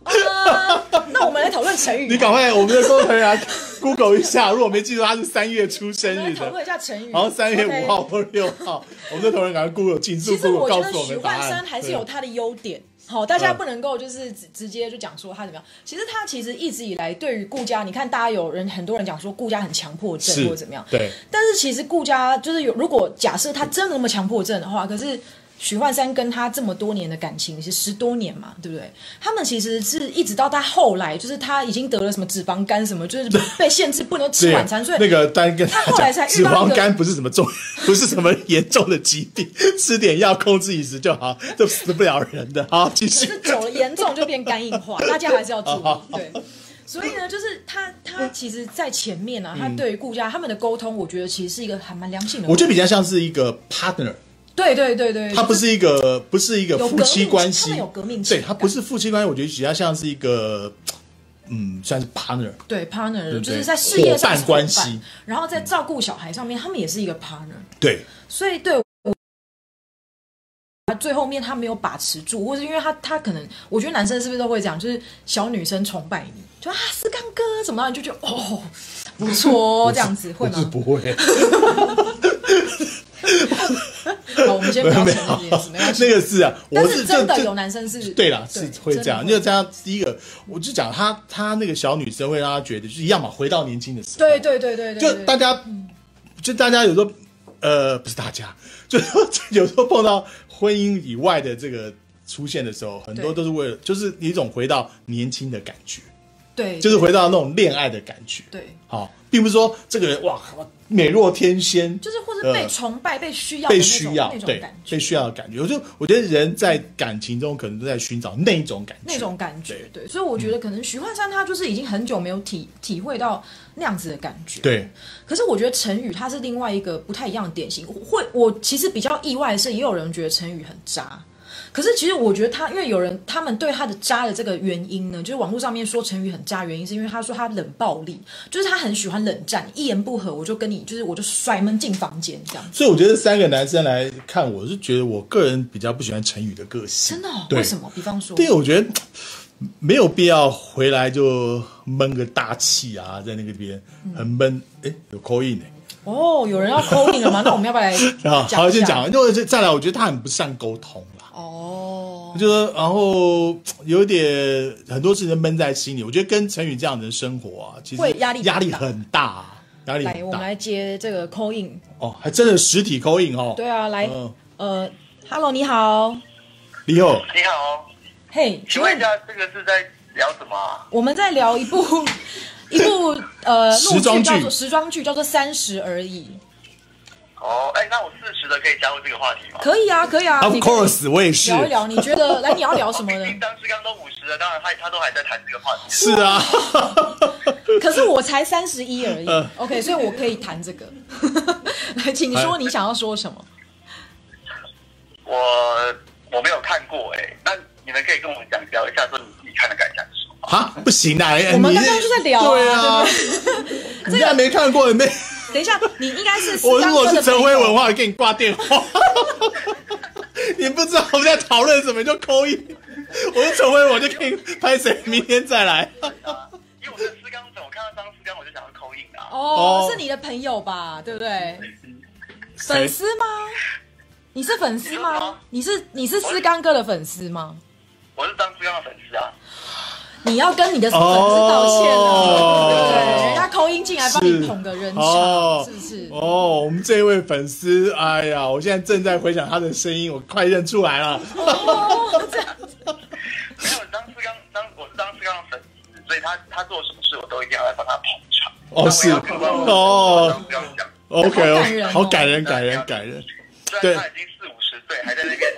啊那我们来讨论成语。
你赶快，我们的工程人员 Google 一下，如果没记住，他是三月出生
我们
日
来讨论
的
一，下成语。
然后三月
OK
五号。或六号，我们的同仁赶快 Google 进
其
速
实我
Google
觉
告
得
诉我
许
们答
幻
案。
山还是有
对
他的优点。好，大家
嗯
不能够就是直直接就讲说他怎么样。其实他其实一直以来对于顾家，你看大家有人很多人讲说顾家很强迫症或者
是
怎么样，
对，
但是其实顾家就是有，如果假设他真的那么强迫症的话，可是许幻山跟他这么多年的感情是十多年嘛，对不对？他们其实是一直到他后来，就是他已经得了什么脂肪肝什么，就是被限制不能吃
对
晚餐，所以
那个丹跟
他后来才遇
脂
到一
肪
个
肝不是什么重， 不是什么严重的疾病， 吃点药控制饮食就好， 这死不了人的。好，继续
可。是久了严重就变肝硬 化，大家还是要注意。对，所以呢，就是他他其实，在前面啊，他对于顾家他们的沟通，我觉得其实是一个还蛮良性的沟通。
嗯我觉得比较像是一个 partner，
对对对对，
它不是一个不是一个
哎有
夫
革
妻
命
关
情
系，
他们有革命情
对，它不是夫妻关系，我觉得比较像是一个，嗯，算是 partner。
对 partner，
对
就是在事业上是
伙伴关系嗯
伙伴，然后在照顾小孩上面，他们也是一个 partner。
对，
所以对我，他最后面他没有把持住，或是因为他他可能，我觉得男生是不是都会讲，就是小女生崇拜你，就啊是干哥怎么样，你就觉得哦不错哦这样子会
我是
吗？
不会，
好，我们先不
没
要
有
承
没
认这件事，没关，系。
有那个是啊，
但
我
是
这
真的
这
有男生是
对啦，
对
是会这样，
真
因
的
为这样第一个，我就讲他他那个小女生会让他觉得，就是要么回到年轻的时候，
对对对对对，
就
对
大家，就大家有时候，呃，不是大家，就是说有时候碰到婚姻以外的这个出现的时候，很多
对
都是为了，就是一种回到年轻的感觉，
对
就是回到那种恋爱的感觉，
对。
好，并不是说这个人哇美若天仙，
就是或是被
呃
崇拜、被需要的
被
那种、
需要
那，种
对
感，觉，
被需要的感觉。我就我觉得人在感情中可能都在寻找那一种感觉，
那种感觉，对，所以我觉得可能徐焕山他就是已经很久没有体体会到那样子的感觉，
对
可是我觉得成语它是另外一个不太一样的典型。我会，我其实比较意外的是，也有人觉得成语很渣。可是其实我觉得他，因为有人他们对他的渣的这个原因呢，就是网络上面说成语很渣，原因是因为他说他冷暴力，就是他很喜欢冷战，一言不合我就跟你，就是我就摔门进房间这样子。
所以我觉得三个男生来看，我是觉得我个人比较不喜欢成语的个性，
真的、哦？
对
为什么？比方说，
对，我觉得嗯没有必要回来就闷个大气啊，在那个边
嗯
很闷，哎，有口音哎，
哦，有人要扣你了吗？那我们要不要来
啊，
讲
好，
一
先
下
讲，完，因为再来，我觉得他很不善沟通啦。
哦，
我觉得，然后嘖有点很多事情都闷在心里。我觉得跟陈宇这样的人生活啊，其实
会压力
压力很大啊，压力
来，
很
我们
大
来接这个 call in。
哦，还真的实体口音哦。
对啊，来，
嗯
呃，Hello，你好，
李友，
你好，
嘿，
请问一下，这个是在聊什么啊？
我们在聊一部 一部呃
时装
陆叫
剧
做时装剧，叫做《三十而已》。
哦，哎，那我四十的可以加入这个话题吗？
可以啊，可以啊
Of
你可以
course，我也是
聊一聊，你觉得 来你要聊什么
哦毕
呢
竟？张志刚都五十了，当然他他都还在谈这个话题。
是啊，
可是我才三十一而已
呃
，OK，所以我可以谈这个。 来，请说你想要说什么？
我我没有看过哎、那你们可以跟我们讲聊一下，说你自己看的感想是什么？
啊，不行啊，哎
我们
你
刚刚就在聊啊
对啊，你现在没看过，没，
等一下，你应该是
我如果是
陈
陈辉文化，给你挂电话。 你不知道我们在讨论什么，你就扣一。我是陈辉，我就给你拍谁，明天再来。
啊，因为我是思刚粉，我看到张思刚我就想要口音的、啊。
哦
哦，
是你的朋友吧？对不对？
谁
粉丝吗？你是粉丝
你说什
吗
么？
你是你是思刚哥的粉丝吗？
我是张志刚的粉丝啊。
你要跟你的粉丝道歉
哦
了，对，人家扣音进来帮你捧个人场，
哦
是不是？
哦，我们这位粉丝，哎呀，我现在正在回想他的声音，我快认出来了。
哦，这样
没有张志刚，张我是张志刚的粉丝，所以他他做什么事我都一定要来帮他捧场。
哦，是
那我也要跟观众
哦
张志刚讲，
好感
，OK，
人哦
好感人，感人，感人。
虽
对
然他已经四五十岁，还在那边，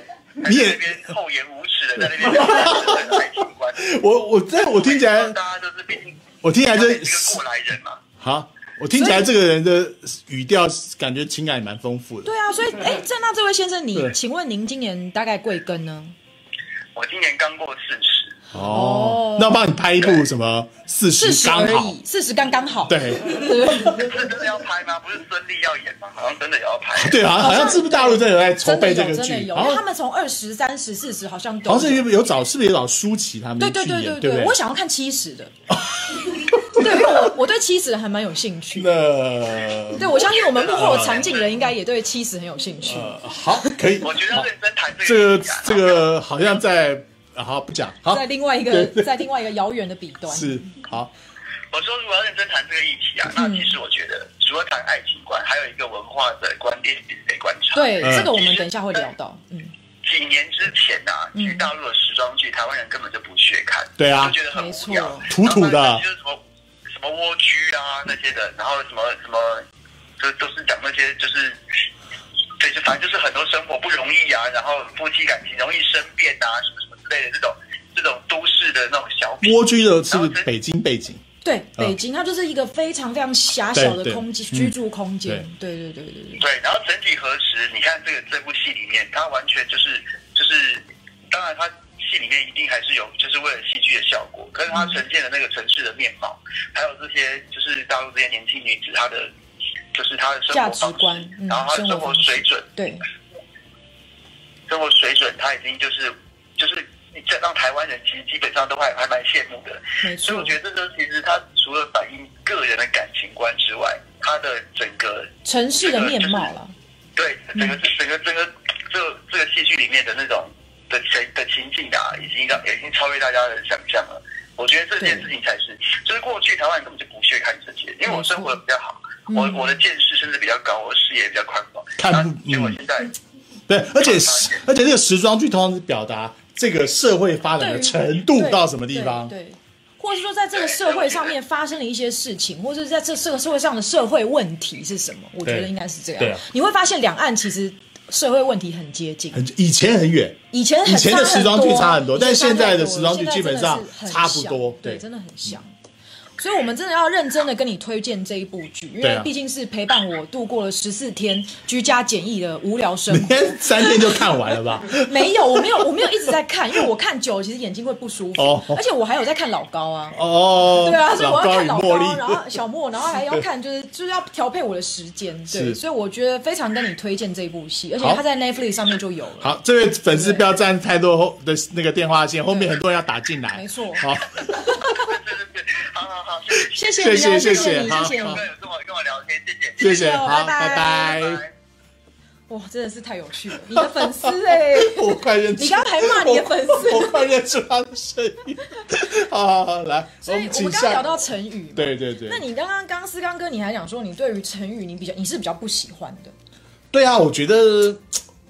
你也
还在那边厚颜无耻的在那边聊自己的爱情观。
我我在我听起
我
来
每次，大家就是毕竟
我听起来
他
这
也是个过来人嘛。
好，我听起来这个人的语调感觉情感也蛮丰富的
对。啊，所以哎，正大这位先生，你
对
请问您今年大概贵庚呢？
我今年刚过四十，
哦
哦，那我帮你拍一部什么四
四
十
十
刚
而
好，
已，四十刚刚好。
对
对不对，
是真的要拍吗？不是孙俪要演吗？好像真的也要拍。
对，好像好像是不是大陆真的有在筹
真的
备这
有，
个
真的
剧？
有，
好
因为他
像
们从二十三十、四十好像都
好像是有有找，是不是有找舒淇他们
对
去
对对
演，
对
不对
我？想要看七十的，对对，因为我我对妻子还蛮有兴趣。
那
对，我相信我们幕后场景人应该也对妻子很有兴趣。
呃，好，可以。
我觉得认真谈
这
个
个
问题啊
这个好像在啊，好不讲，好
在另外一个，在另外一个遥远的彼端，
是好，
我说，如果要认真谈这个议题啊，那其实我觉得，除了谈爱情观，还有一个文化的观点也得观察。
对
嗯
这个我们等一下会聊到。嗯，
几年之前呐、啊，其实大陆的时装剧，台湾人根本就不屑看，
对啊
就觉得很无聊，
没
错土土的
然后就是什么什么蜗居啊那些的，然后什么什么，就都是讲那些就是。对，就反正就是很多生活不容易啊，然后夫妻感情容易生变啊，什么什么之类的这种这种都市的那种小品。
蜗居的是北京背景，
对，北京它就是一个非常非常狭小的空间
嗯对对嗯
居住空间。对对对对对，
对，然后整体核实，你看这个这部戏里面，它完全就是就是，当然它戏里面一定还是有，就是为了戏剧的效果，可是
嗯
它呈现的那个城市的面貌，还有这些就是大陆这些年轻女子她的就是她的生
价
活
值
方式，
观，嗯
然后，她的
生
生
活
活
方
水
式，
准，
对，
生活水准，她已经就是就是。这让台湾人其实基本上都还还蛮羡慕的，
没
所以
错
我，觉得这个其实它除了反映个人的感情观之外，它的整个
城市的面貌了。
对，整个整个整个这个这个戏剧里面的那种的情的情境啊，已经让已经超越大家的想象了。我觉得这件事情才是，就是过去台湾人根本就不屑看这些，因为我生活的比较好，
没
我
错嗯
我的见识甚至比较高，我的视野比较宽广。
看
那
不
结果
嗯
现在
对，而且时而且这个时装剧通常是表达这个社会发展的
对于
程度
对
到什么地方，
对，对或是说在这个社会上面发生了一些事情，或者是在这这个社会上的社会问题是什么？我觉得应该是这样。
对啊
你会发现两岸其实社会问题很接近，
很以前很远，
以前很啊
以前的时装剧差很多
差
但现在的时装剧
很多
基本上
现在真的是
差不
很像
多
对，
对
真的很像。所以，我们真的要认真的跟你推荐这一部剧，因
对
为
啊
毕竟是陪伴我度过了十四天居家检疫的无聊生
每
活。
天三天就看完了吧？
没有，我没有，我没有一直在看，因为我看久了其实眼睛会不舒服，
哦
而且我还有在看老高啊。
哦，
对啊，所以我要看
老
老
高
高
与，
然
茉
后
莉，
小莫，然后还要 看，就是就是要调配我的时间，对，
是
所以我觉得非常跟你推荐这部戏，而且
好
它在 Netflix 上面就有了。
好，这位粉丝不要占太多后的那个电话线，后面很多人要打进来。
没错
好，
好好好，谢谢，
谢谢你啊，
谢谢
谢谢你，
谢谢
谢谢
有
你
跟，有跟我跟我聊天，谢谢。
谢谢，
谢哦
好，
拜
拜
拜
拜。
哇，真的是太有趣了，你的粉丝 哎，
我快认出，
你刚才骂你的粉丝
我我 快认出他的声音。 好好好，来，
所以我
请
们刚刚
下
聊。到成语嘛，
对对对
那，你刚刚刚思刚哥，你还讲说你对于成语你比较你是比较不喜欢的，
对啊，我觉得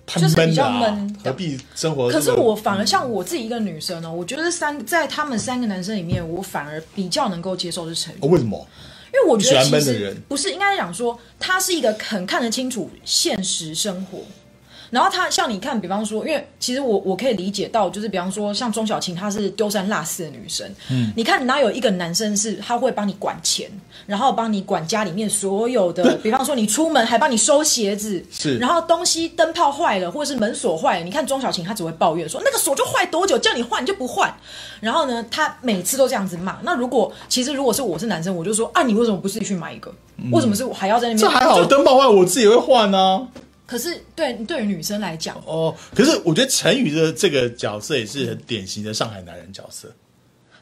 太
就是比
闷了
较
啊
闷，
何必生活？
可是我反而像我自己一个女生呢，哦我觉得三在他们三个男生里面，我反而比较能够接受是成语
哦，，为什么？
因为我觉得
你喜欢
其
闷的
实
人
不是应该讲说，他是一个很看得清楚现实生活。然后他像你看，比方说，因为其实我我可以理解到，就是比方说像钟小琴，她是丢三落四的女生。嗯，你看哪有一个男生是他会帮你管钱，然后帮你管家里面所有 的，比方说你出门还帮你收鞋子，
是
然后东西灯泡坏了或者是门锁坏了，你看钟小琴她只会抱怨说那个锁就坏多久，叫你换你就不换。然后呢，她每次都这样子骂。那如果其实如果是我是男生，我就说啊，你为什么不自己去买一个？为什么是我还要在那边？
这还好，
就
灯泡坏我自己会换啊。
可是对对于女生来讲，
哦，可是我觉得陈宇的这个角色也是很典型的上海男人角色，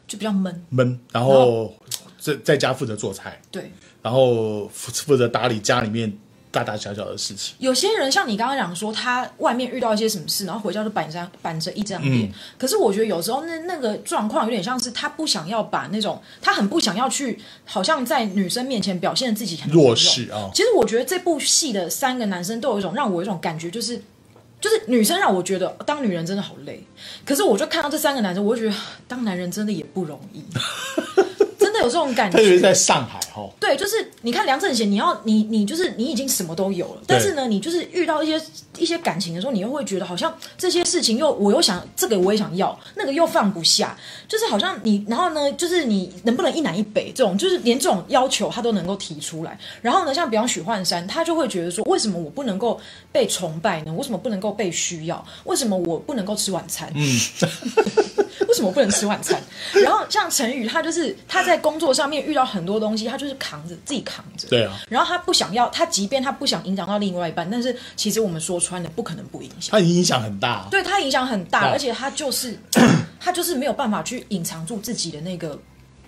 就比较闷。
闷，然后在在家负责做菜，
对，
然后负负责打理家里面大大小小的事情。
有些人像你刚刚讲说，他外面遇到一些什么事，然后回家就板着板着一张脸。
嗯
可是我觉得有时候那那个状况有点像是他不想要把那种他很不想要去，好像在女生面前表现自己很
弱势啊
其实我觉得这部戏的三个男生都有一种让我有一种感觉，就是就是女生让我觉得当女人真的好累，可是我就看到这三个男生，我就觉得 当男人真的也不容 易，真的有这种感
特别
觉
是。在上海哦，
对，就是你看梁振贤，你要你你就是你已经什么都有了，但是呢，你就是遇到一些一些感情的时候，你又会觉得好像这些事情又我又想这个我也想要，那个又放不下，就是好像你然后呢，就是你能不能一南一北这种，就是连这种要求他都能够提出来。然后呢，像比方许幻山，他就会觉得说，为什么我不能够被崇拜呢？为什么不能够被需要？为什么我不能够吃晚餐？ 为什么不能吃晚 餐？然后像陈宇，他就是他在工作上面遇到很多东西，他就是扛着自己扛着。
对啊
然后他不想要，他即便他不想影响到另外一半，但是其实我们说穿了，不可能不影响。
他影响很大、啊。
对他影响很大，
对
而且他就是他就是没有办法去隐藏住自己的那个呃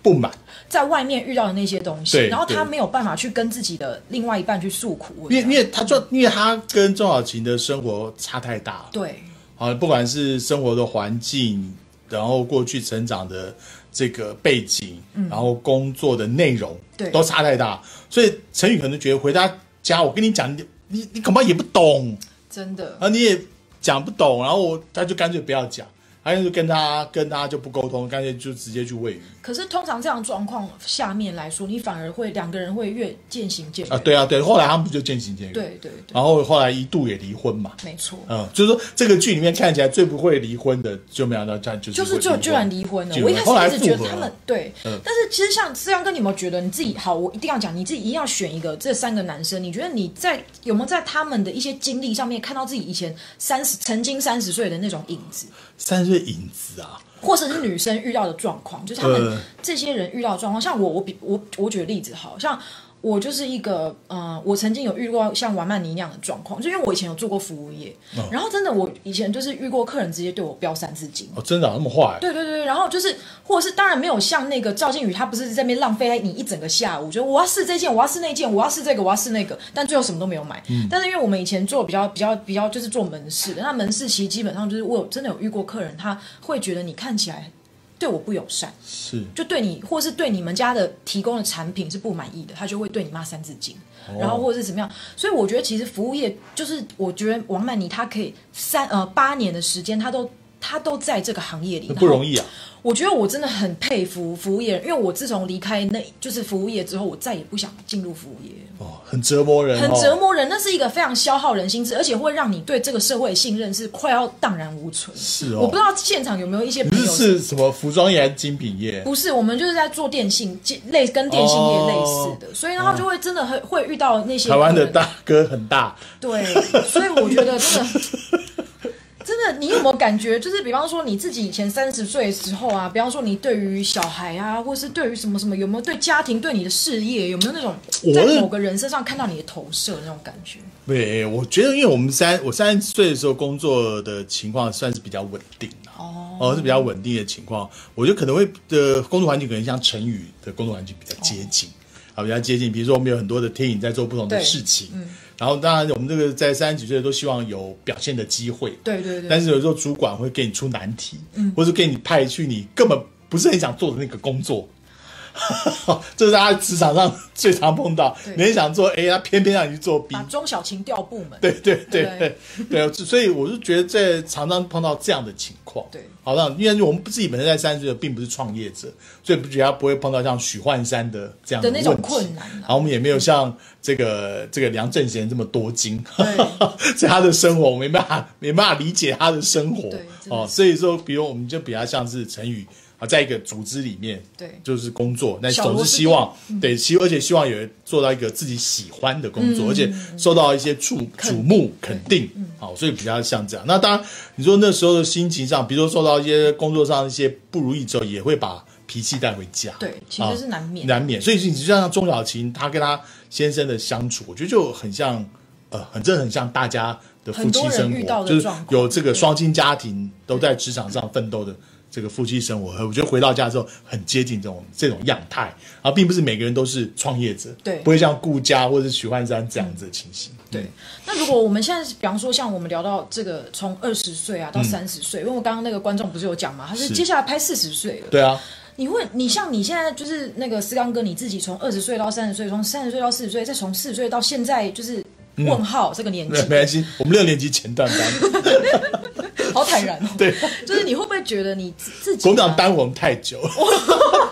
不满，
在外面遇到的那些东西，
对
然后他
对
没有办法去跟自己的另外一半去诉苦，我
因
觉得
为因为他就因为他跟钟小琴的生活差太大了，
对
啊，不管是生活的环境，然后过去成长的这个背景，
嗯
然后工作的内容，
对
都差太大，所以陈宇可能觉得回他家，我跟你讲，你你你恐怕也不懂，
真的
啊，你也讲不懂，然后我他就干脆不要讲，他就跟他跟他就不沟通，干脆就直接去喂鱼
可是通常这样的状况下面来说，你反而会两个人会越渐行渐远
啊，对哦啊，对，后来他们不就渐行渐远，
对对对，
然后后来一度也离婚嘛，
没错，
嗯，就是说这个剧里面看起来最不会离婚的，就没想到这样就是
就
就是
就居然离婚了。
结
我一开
后来
始一直
复
觉得
合
他
了
们对，
嗯
但是其实像思阳哥，你有没有觉得你自己好？我一定要讲，你自己一定要选一个这三个男生，你觉得你在有没有在他们的一些经历上面看到自己以前三十曾经三十岁的那种影子，
三岁影子啊，
或者是女生遇到的状况，就是他们
呃
这些人遇到的状况。像我，我比我我举个例子好，像。我就是一个，呃，我曾经有遇过像玩曼尼那样的状况，就因为我以前有做过服务业，
哦
然后真的我以前就是遇过客人直接对我飙三字经，
哦，真的啊那么坏，
对对对，对然后就是，或者是当然没有像那个赵靖宇，他不是在那边浪费你一整个下午，就我要试这件，我要试那件，我要试这个，我要试那个，但最后什么都没有买。
嗯
但是因为我们以前做比较比较比较就是做门市的，那门市其实基本上就是我有真的有遇过客人，他会觉得你看起来对我不友善，
是
就对你或是对你们家的提供的产品是不满意的，他就会对你骂三字经，
哦
然后或者是怎么样。所以我觉得其实服务业就是，我觉得王曼妮她可以三呃八年的时间，她都她都在这个行业里，
那不容易啊。
我觉得我真的很佩服服务业人，因为我自从离开那就是服务业之后，我再也不想进入服务业，
哦，很折磨人、哦，
很折。磨人。那是一个非常消耗人心智，而且会让你对这个社会的信任是快要荡然无存。
是哦
我不知道现场有没有一些
不
朋
是
友
是什么服装业还是精品业？
不是，我们就是在做电信类跟电信业类似的，所以呢，他就会真的很会遇到那些
哦台湾
客
的
人
大哥很大，
对，所以我觉得真的。 真的，你有没有感觉？就是比方说你自己以前三十岁的时候啊，比方说你对于小孩啊，或是对于什么什么，有没有对家庭、对你的事业，有没有那种
我
在
是
某个人身上看到你的投射那种感觉？
对，我觉得因为我们三我三十岁的时候工作的情况算是比较稳定的、
哦
哦，是比较稳定的情况，我觉得可能会的工作环境可能像陈宇的工作环境比较接近，
哦
啊，比较接近。比如说我们有很多的 team 在做不同的
对
事情，然后当然我们这个在三十几岁都希望有表现的机会，
对对对嗯
但是有时候主管会给你出难题，或者给你派去你根本不是很想做的那个工作。 这是他职场上最常碰到，
对
你很想做哎 A，他偏偏让你去做 B，
把钟小琴调部门，
对对对
对
对对，所以我就觉得在常常碰到这样的情况。
对
好像因为我们自己本身在三十岁，并不是创业者，所以不觉得不会碰到像许幻山的这样
的那种
问题
困难啊
然后我们也没有像这个这个梁正贤这么多金
对，
所以他的生活我没办法没办法理解他的生活
对真的
哦，所以说，比如我们就比较像是陈宇。啊，在一个组织里面，
对
就是工作，那
小
总
螺
是
丝
希
钉
望，对，希而且希望有人做到一个自己喜欢的工作，
嗯
而且受到一些注瞩目肯定，好，所以比较像这样。那当然，你说那时候的心情上，比如说受到一些工作上一些不如意之后，也会把脾气带回家，
对其实是难免
啊难免。所以你就像钟小琴，她跟她先生的相处，我觉得就很像，呃，很真的很像大家的夫妻
很多
生
人遇到
活，
的
就是
状况
有这个双亲家庭都在职场上奋斗的。这个夫妻生活，我觉得回到家之后很接近这种这种样态，啊，并不是每个人都是创业者，
对嗯
不会像顾佳或者许幻山这样子的情形，对，
那如果我们现在，比方说像我们聊到这个从二十岁啊到三十岁，因为我刚刚那个观众不是有讲嘛，他是
嗯是
接下来拍四十岁了，
对啊，
你会，你像你现在就是那个思刚哥，你自己从二十岁到三十岁，从三十岁到四十岁，再从四十岁到现在，就是问号这个年纪，
嗯没关系，我们六年级前 段班，
好坦然哦。
对，
就是你会不会觉得你自自己、啊？
国民党耽误我们太久，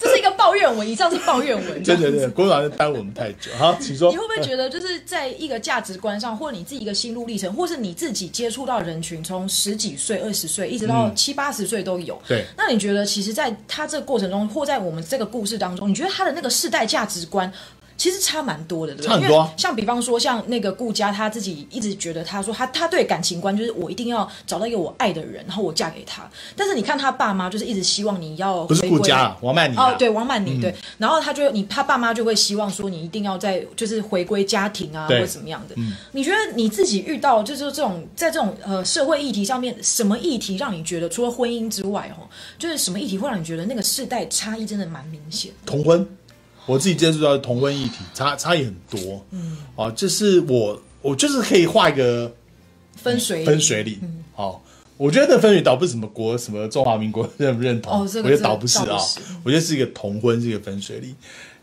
这是一个抱怨文，以上是抱怨文，
真的真的，国民党耽误我们太久。好，请说
你。会不会觉得，就是在一个价值观上，或你自己一个心路历程，或是你自己接触到人群，从十几岁、二十岁一直到七八十岁都有。
嗯对
那你觉得，其实在他这个过程中，或在我们这个故事当中，你觉得他的那个世代价值观其实差蛮多的，对不对？
差很多啊
因为像比方说，像那个顾佳，她自己一直觉得，她说她她对感情观就是我一定要找到一个我爱的人，然后我嫁给他。但是你看她爸妈就是一直希望你要
不是
回
顾
归
家啊王曼妮啊
哦，对王曼妮、
嗯
对。然后她就你她爸妈就会希望说你一定要在就是回归家庭啊，或
对
者怎么样的。
嗯
你觉得你自己遇到就是这种在这种呃社会议题上面，什么议题让你觉得除了婚姻之外，哦，就是什么议题会让你觉得那个世代差异真的蛮明显？
同婚，我自己接触到的同婚议题差差异很多，嗯，啊，就是我我就是可以画一个
分水
分水
嗯
岭，好、我觉得分水倒不是什么国什么中华民国认不认同，
哦这个
我觉得倒不是
这个
啊、
倒不是
我觉得是一个同婚，是一个分水岭。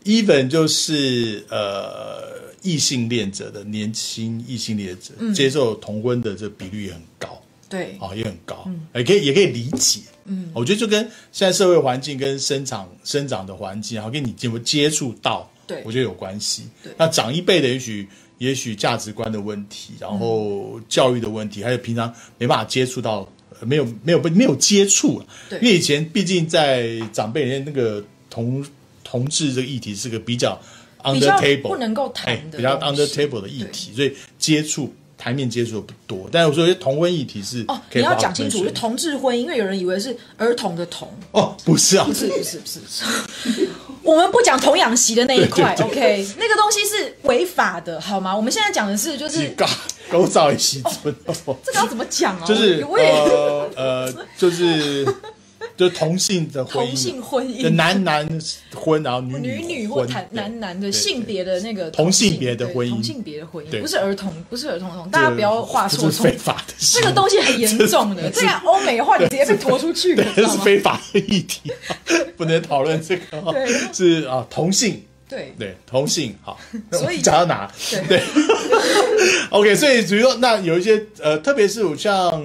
even 就是呃异性恋者的年轻异性恋者、
嗯
接受同婚的这比率也很高，
对，
啊、也很高，
嗯
也可以也可以理解。
嗯
我觉得就跟现在社会环境跟生长生长的环境，然后跟你有没有接触到，
对
我觉得有关系
对。
那长一辈的也许也许价值观的问题，然后
嗯
教育的问题，还有平常没办法接触到，呃没有没有被没有接触啊
对
因为以前毕竟在长辈里面那个同同志这个议题是个比较 under
比较
table
不能够谈
哎
的
比较
东
under
西
table 的议题，所以接触台面接触的不多。但是我说哎同婚议题是
哦，
可
你
以
要
划
讲
分
清楚，
水
就
的
同志婚姻，因为有人以为是儿童的童，
哦，不是啊，
不是不是不是不 是，我们不讲童养媳的那一块
对对
，OK，那个东西是违法的，好吗？我们现在讲的是就
是
是
高高照的西村哦，
这个要怎么讲啊？
就是
我也
呃呃，就是就同性的婚姻，
同性婚姻
就男男婚，然后女
女女或
婚，
谈
对
男男的
对
性别的那个
同性别的
对
婚姻
同性别的婚姻
对
不是儿童，不是儿童同，
这
大家不要画
这
错
是
重
非。法的
这
行为，
个东西很严重的，这样欧美的话你直接被拖出去，你
对，
知
这
道
是
吗？
非法的议题，啊不能讨论这个哦
对，
是啊，同性。
对，
对，同性 好，那我
所以
讲到哪？
对
OK，所以比如说，那有一些呃，特别是我像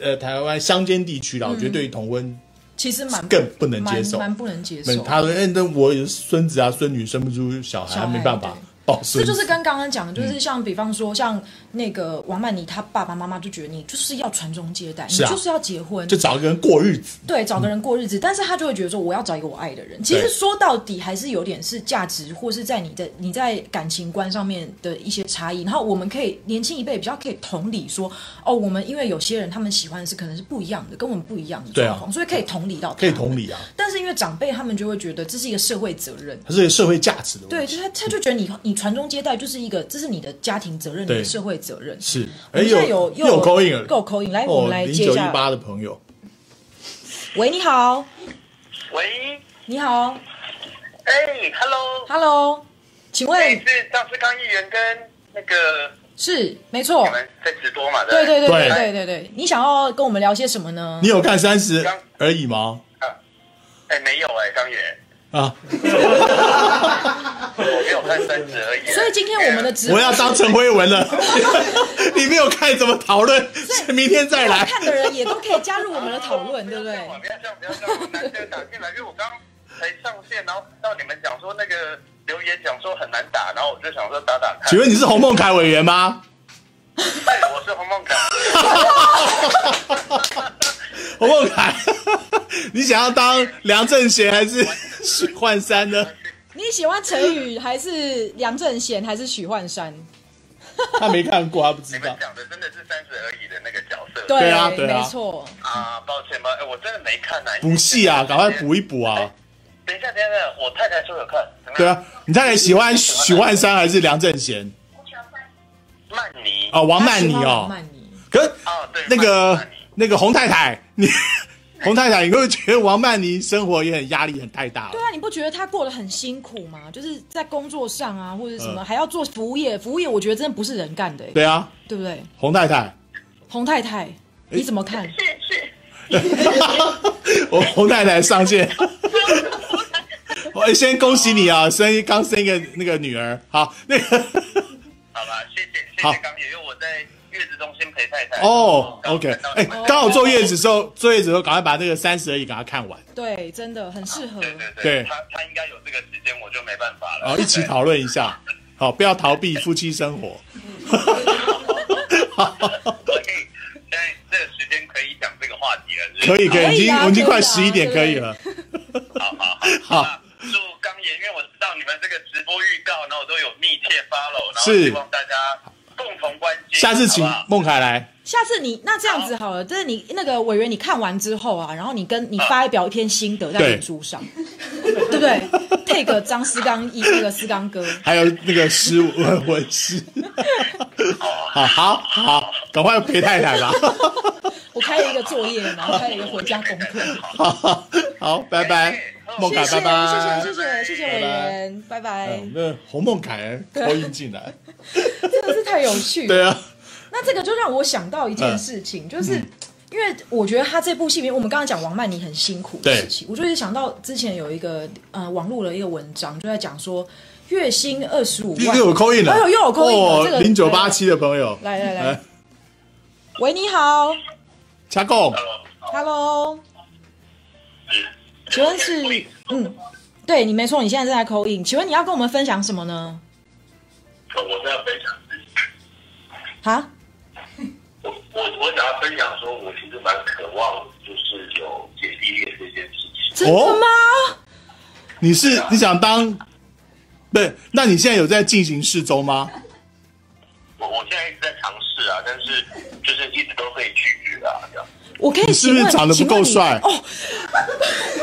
呃台湾乡间地
嗯
区啦，我觉得对于同婚
其实蛮
更不能接受
蛮蛮不能接
们
受。
他说：“哎、那我有孙子啊、孙女生不出小孩，
小孩
没办法
对
抱
这
孙
就
子。嗯
是跟刚刚讲的，就是像比方说，像那个王曼妮，她爸爸妈妈就觉得你就是要传宗接代，你
是啊
就是要结婚，
就找一个人过日子，
对，找个人过日子，但是他就会觉得说，我要找一个我爱的人。其实
对
说到底，还是有点是价值，或是在你的你在感情观上面的一些差异。然后我们可以年轻一辈比较可以同理说，哦，我们因为有些人他们喜欢的是可能是不一样的，跟我们不一样的
对啊
状况，所以可以同理到，
可以同。理啊，
但是因为长辈他们就会觉得这是一个社会责任，
它是一个社会价值的问
对，
题。
就是他他就觉得你你传宗接代就是一个，这是你的家庭责任，你
对
的社会责任。
是，
我
哎、
们现在
有
又
又有 call in 了，
又有 call in，来
哦
我们来
零
接
九
一
一
下
八的朋友，
喂，你好，
喂，
你好
哎，Hello，
，Hello，请
哎，
问
是上次康议员跟那个
是没错
你。们在直播嘛？
对哦
不
对对对
对
对对对，你想要跟我们聊些什么呢？
你有看三十
刚
而已吗？
哎，没有哎，康议员，
啊，
我没有看三十而已。
所以今天我们的直播
我要当陈辉文 了。你没有看怎么讨论，是明天再来。
看的人也都可以加入我们的讨论，对不 对？
不要这样，不要这样，难得打进来，因为我刚才上线，然后到你们讲说那个留言讲说很难打，然后我就想说打打看。
请问你是洪孟凯委 员吗？
哎，我是洪梦 凯，
洪孟凯， 你想要当梁正贤还是许幻山呢？
你喜欢陈宇还是梁正贤还是许幻山？
他没看过，他不
你
知道
们。讲的真的是三十而已的那个角色。
对
对啊对啊
没错，
啊，抱歉吧，哎，我真的没看啊。
补戏啊，赶快补
一。
一补啊！
哎等一下，等一下，我太太说有看。怎么样
对啊，你到底喜欢许幻山还是梁正贤
曼妮
啊？王曼妮
他喜欢王
哦，
曼妮，
可是
哦对
那个
曼妮
那个洪太太，你 洪太太，你会不会觉得王曼妮生活也很压力很太大了
对？啊，你不觉得他过得很辛苦吗？就是在工作上啊，或者什么，
嗯
还要做服务业，服务业我觉得真的不是人干的、欸，
对啊，
对不对？
洪太太，
洪太太，你怎么看？
我洪太太上 线。我先恭喜你啊，生一刚生一个那个女儿，好，那个
好吧，谢谢谢
好
谢钢铁，因为我在月子中心陪太太。
哦，OK，
然后
哎
看到你，们
刚好坐月子时候，坐月子时候赶快把那个三十而已给她看完，
对，真的很适合。
对对
对
对，他他应该有这个时间，我就没办法了。
然后一起讨论一下，好，不要逃避夫妻生活。
对。所以现在这个时间可以讲这个话题了，是不
可
是
以可
可以啊
以，已经我已经快
可以啊
十一点，可
对
以
不对
了。
好好
好
好。那祝钢爷，因为我知道你们这个直播预告，然后然后希望大家共同关心。
下次请
好不好
孟凯来。
下次你那这样子好了，就是你那个委员你看完之后啊，然后你跟你发表一篇心得在
对
脸书上，
啊
对不对？take 张思刚一那个思刚哥，
还有那个 诗文文诗，好啊好好，赶快陪太太吧。
我开了一个作业，然后开了一个回家功课。
好哎好，拜拜，孟
谢
凯，
谢
拜拜，
谢谢谢谢谢谢委员，拜
哎。
拜
我，们的洪孟凯投影进来，
真的是太有趣了。
对啊，嗯
那这个就让我想到一件事情，就是。因为我觉得他这部戏里面，我们刚刚讲王曼妮很辛苦的
对
事情，我就是想到之前有一个呃网络的一个文章，就在讲说月薪二十五
又
万，
有扣印了，
哎呦又有扣印了，这个
哦零九八七的朋友，
来
哎
来来，喂，你好
加购，
，Hello，请问是嗯，对你没错，你现在正在扣印，请问你要跟我们分享什么呢？
我是要分享自己，
啊，
我我我想要分享说，我其实蛮渴望就是有姐弟恋这件事情。
真的吗？
哦
哦
你是你想当？不是，那你现在有在进行试中吗？
我我现在一直在尝试啊，但是就是一直都被拒绝啊，这样。
我可以
你是不
请
是
问
长得不
请问
够
你
帅
哦？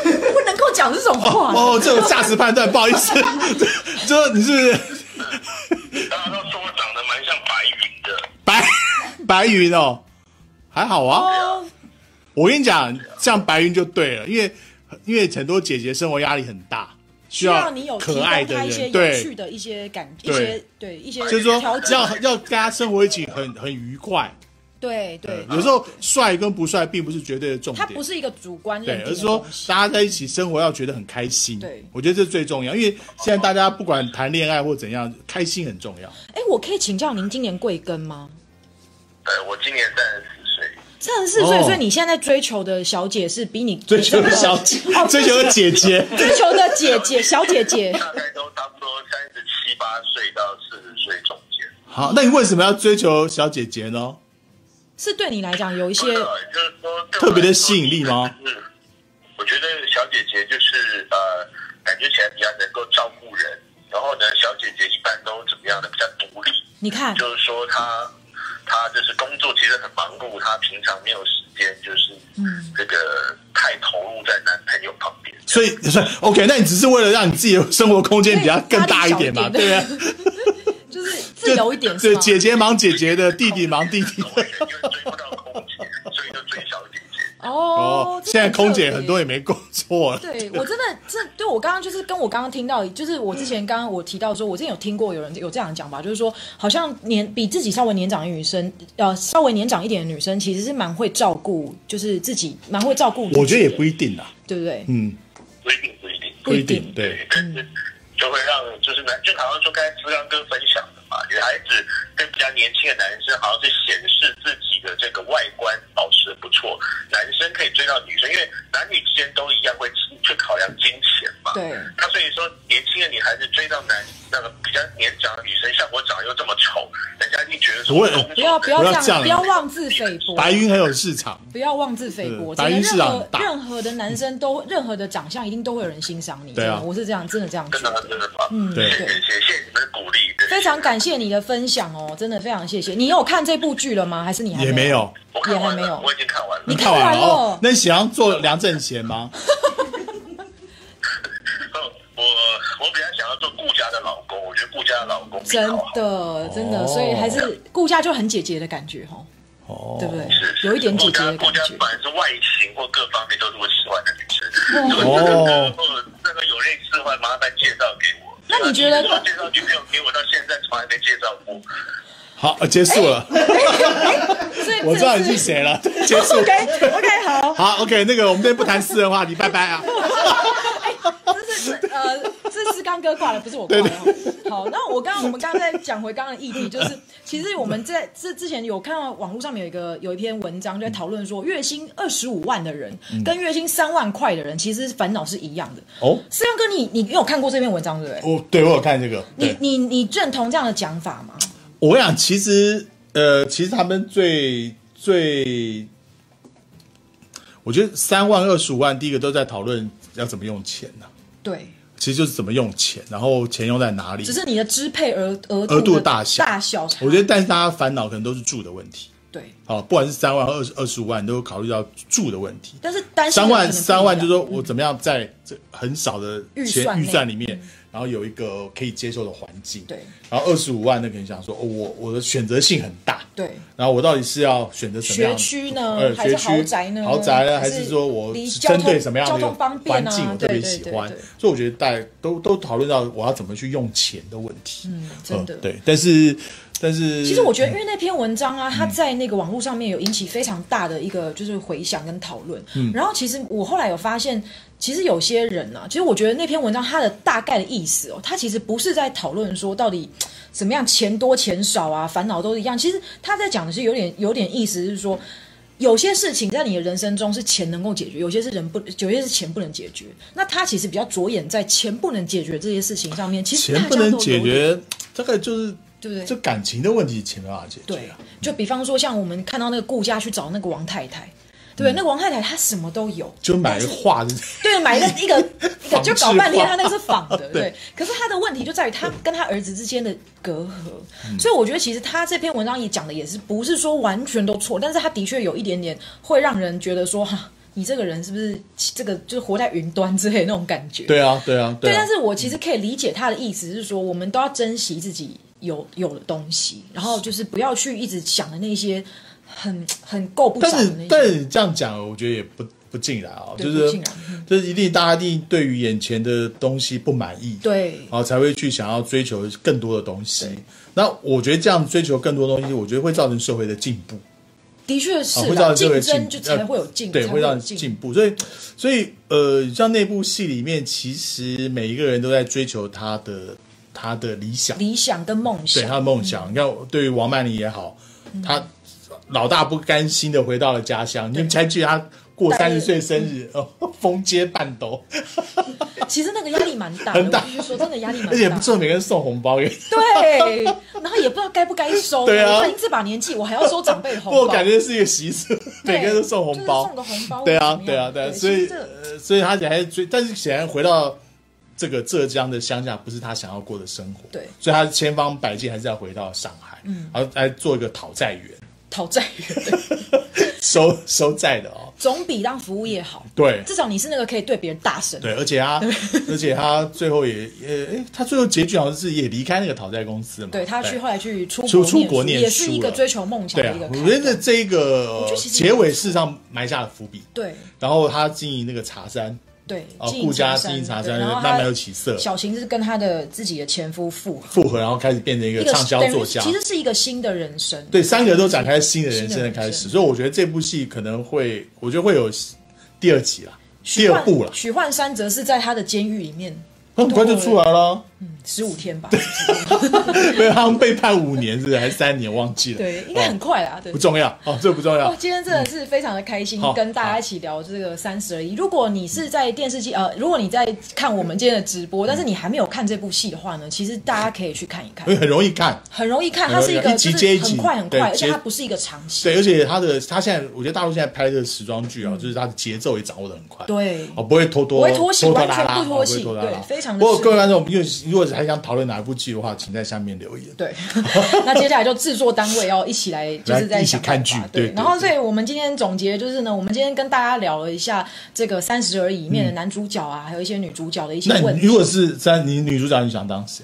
不能够讲这种话
哦，这种价值判断，不好意思， 这这你是不是
大家都说我长得蛮像白云的，
白白云哦，还好啊。
哦，
我跟你讲，像白云就对了，因为因为很多姐姐生活压力很大，需
需要你有提
可
供
爱的
他一些
人，
有趣
对，
的一些感，一
对
些对一些
就是说
调整
要要跟他生活一起很很愉快。
对对，
有时候帅跟不帅并不是绝对的重
它
点，
不是一个主观认
对，
定
而
的
是说
东西
大家在一起生活要觉得很开心。
对
我觉得这最重要，因为现在大家不管谈恋爱或怎样，开心很重 要。
哎，我可以请教您今年贵庚吗？
对哎我今年三十四岁，
三十四岁，
哦
所以你现在追求的小姐是比你哦
追求的小姐，追求的姐姐，
追求的姐姐小姐姐，
大概都差不多三十七八岁到四十岁中间。
好，那你为什么要追求小姐姐呢？
是对你来讲有一些
不知道欸就是说对我来说
特别的吸引力吗？
就是我觉得小姐姐就是呃，感觉起来比较能够照顾人，然后呢，小姐姐一般都怎么样呢？比较独立，
你看
就是说她她就是工作其实很忙碌，她平常没有时间，就是
嗯
这个太投入在男朋友旁边。
所以，所以 OK，那你只是为了让你自己的生活空间比较更大一点嘛，
对
对啊，
就是自
就
由一点是
对，
吗？
姐姐忙姐姐的，弟弟忙弟弟的。
因为追不到空姐，所以就追小姐姐。
哦，这
现在
很特
空姐
别
很多也没工作了。
对我真的这对我刚刚就是跟我刚刚听到，就是我之前刚刚我提到说，我之前有听过有人有这样讲吧，就是说好像年比自己稍微年长的女生，呃，稍微年长一点的女生其实是蛮会照顾，就是自己蛮会照顾自己的，
我觉得也不一定啦，
对不对？
嗯，
不一定，不一定，
不一定
对，
就会让就是男，就好像说刚才思刚哥分享的嘛，女孩子跟比较年轻的男生好像是显示自己的这个外观保持的不错，男生可以追到女生，因为男女之间都一样会去考量金钱嘛。
对，
他所以说，年轻的女孩子追到男那个比较年长的女生，像我长得又这么丑，人家一定觉得说
不会
工作
不要不要
不
这样，
要这样
不要妄自菲薄。
白云很有市场，
不要妄自菲薄，
对白
真的
云市
任
场
何
大
任何的男生都任何的长相一定都会有人欣赏你。
对啊
真的我是这样，真的这样觉
真的
得。
真的吗？
嗯，
对
谢谢谢谢你们的鼓励，对
非常感谢你的分享哦，真的非常谢谢。你有看这部剧了吗？还是你还
也没有。
我看完
也还没有
了，我已经看完了。
你
看
看完
了
了
哦，那你想要做梁正 贤吗？
我我比较想要做顾家的老公，我觉得顾家的老公比较
真
好
的，真的，
哦
所以还是顾家就很姐姐的感觉哈，
哦，
对不对？
是
有一点姐
顾
姐
家
的感
顾家
觉
不。管是外形或各方面都是我喜欢的女生。
哦
如果那个有类似的话，麻烦介绍给我。
那你觉得
因为我介绍女朋友给我到现在从来没介绍过，
好，呃结束了，
哎所以
我知道你
这
是
次
谁了， 结束。
OK OK 好，
好，OK，那个我们这边不谈私人话题，拜拜啊。
这是呃，这是刚哥挂的，不是我挂的哦。好，那我刚刚我们刚刚在讲回刚刚的议题，就是其实我们在这之前有看到网络上面有一个有一篇文章就在讨论说，月薪二十五万的人
嗯
跟月薪三万块的人，其实烦恼是一样的。
哦，
思阳哥，你你你有看过这篇文章对不对？
我对我有看这个，
你
哦对，
你你认同这样的讲法吗？
我跟你讲，其实呃，其实他们最最，我觉得三万、二十五万，第一个都在讨论要怎么用钱呢、啊
对，
其实就是怎么用钱，然后钱用在哪里。
只是你的支配额额
额度
度
的大小
大小差，
我觉得，但是大家烦恼可能都是住的问题。
对。
好，不管是三万或二十二十五万，都考虑到住的问题。
但是担心
三
的可能
万
不一样
三万，就是说我怎么样在这很少的
预算
钱
内嗯
预算里面，然后有一个可以接受的环境。
对
然后二十五万，那可能想说，哦，我我的选择性很大。
对。
然后我到底是要选择什么样
学区
的
呢
呃，，
还
学
是
区
豪宅呢？
豪宅呢，还
是
是说我
离交
针
通
对什么样的
交
一个
通方便
环
啊？
境我
对
特别
对
喜
对
欢
对？
所以我觉得大家都都讨论到我要怎么去用钱的问题。
嗯，真的
呃。对，但是但是
其实我觉得，因为那篇文章啊，它
嗯
在那个网络上面有引起非常大的一个就是回响跟讨论。
嗯
然后其实我后来有发现，其实有些人啊，其实我觉得那篇文章它的大概的意思哦，它其实不是在讨论说到底怎么样钱多钱少啊，烦恼都一样。其实他在讲的是有点有点意思是说。有些事情在你的人生中是钱能够解决，有些是人不，有些是钱不能解决。那他其实比较着眼在钱不能解决这些事情上面。其实
钱
大
不
家
能
都
解
有点
决，这个就是
对不对
这感情的问题，钱没办法解决。啊
对，就比方说像我们看到那个顾家去找那个王太太，对不对？那个王太太她什么都有，
就
但
买个
是
画，
对，买了一个一个，
仿制
就搞半天，
化
她那个是仿的，对。
对
可是她的问题就在于她跟她儿子之间的隔阂，所以我觉得其实她这篇文章也讲的也是不是说完全都错，但是她的确有一点点会让人觉得说哈。你这个人是不是这个就是活在云端之类的那种感觉？
对啊，对啊，
对，
啊。
但是我其实可以理解他的意思，是说我们都要珍惜自己有有的东西，然后就是不要去一直想的那些很很够不着
但
的
是
那
但
些。
是这样讲，我觉得也不不尽然啊、
对
就
不
是
尽然嗯
就是一定大家一定对于眼前的东西不满意，
对
然后才会去想要追求更多的东西。那我觉得这样追求更多东西，我觉得会造成社会的进步，
的确是
啊，会
啦，
造成社
竞
会的
争
进
就
步，
才
呃
会有进，
对，
才
会
有
让你
进
进。步。所以所以呃，像那部戏里面，其实每一个人都在追求他的他的理想，
理想跟梦
对他
想，
的梦想。你看，对于王曼妮也好，
嗯
他老大不甘心的回到了家乡。你们才记得他过
但
三
是嗯
十岁生日，哦，封街半斗，
其实那个压力蛮大的，
很大
我必须说，真的压力 蛮
而且
大
不。是每个人送红包给。
对，然后也不知道该不该收。
对啊
我已经这把年纪，我还要收长辈的
不
红包。
过感觉是一个习俗，
对
每个人都送红
就
包，
是送个红包
对
或，
啊
者怎么
对啊，
样
对啊，
对
所
其
以
实这
呃所以他还是追，但是显然回到这个浙江的乡下，不是他想要过的生活，
对
所以他千方百计还是要回到上海，嗯，然后来做一个讨债员，
讨 债员
收收债的哦，
总比当服务业好。
对
至少你是那个可以对别人大声。
对，而且他，而且他最后也，呃，诶，他最后结局好像是也离开那个讨债公司了嘛。
对他去后来去出
出
出
出国
念
念
书，也是一个
书了
追求梦想
对
的
啊
一个，开
我
端。
觉得这个
我觉得其实
结尾事实上埋下了伏笔。
对
然后他经营那个茶山，
对，
哦
经营
顾家
山
经营茶
对
山
然后
慢
他
慢有起色
小晴是跟她的自己的前夫复合，
复合，然后开始变成一个
一个
畅销
等于
作家。
其实是一个新的人生。
对，三个都展开新的人生的开
新的人
始，
生
所以我觉得这部戏可能会，我觉得会有第二集啦，
许
第
幻，
二部啦，
许幻山则是在他的监狱里面
很快就出来了。
十五天吧，
没有，他们被判五年是不是还是三年，忘 记了。
对，应该很
哦
快啦，对
不。重要哦，这不重要
哦，。今天真的是非常的开心，
好
跟大家一起聊这个三十而已。如果你是在电视机，呃，如果你在看我们今天的直播，但是你还没有看这部戏的话
嗯
呢，其实大家可以去看一看
因，为很容易看，
很容易看，
很
它
容易
是一个
一集
就
接
是
一集
很快很
对
快，而且
接
它不是一个长戏。
对，而且他的他现在，我觉得大陆现在拍的时装剧啊，就是他的节奏也掌握的很快，
对
哦，不会拖拖，
不会拖戏
拖拖
完
拉
全
拉，
不
哦
拖
会
戏
拖拉
对
拉
非常的
不过
适
各位观众，如果如果还想讨论哪一部剧的话，请在下面留言。
对， 那接下来就制作单位要一起来，就是在
来一起
想办
看剧
法
对
对。
对
然后，
对
所以我们今天总结就是呢，我们今天跟大家聊了一下这个《三十而已》里面的男主角啊，还有一些女主角的一些
嗯那
问
你
题
如。果是在你女主角，你想当谁？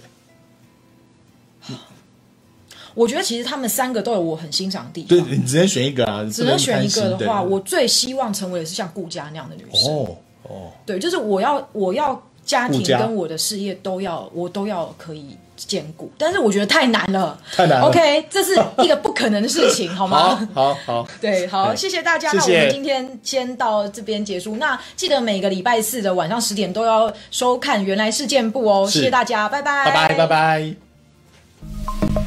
我觉得其实他们三个都有我很欣赏的地
对
方。
你只能选一个啊，
只能选一
不
个
贪心
的话，我最希望成为的是像顾佳那样的女
对
生。
哦哦，
对，就是我要我要家庭
顾家
跟我的事业都要我都要可以兼顾，但是我觉得太难了，
太难了
OK，这是一个不可能的事情，好
好
吗？
好好，
对，好，
对
谢谢大家。
谢谢
那我们今天先到这边结束。那记得每个礼拜四的晚上十点都要收看《原来事件簿》哦。
是
谢谢大家，拜拜，
拜拜拜拜。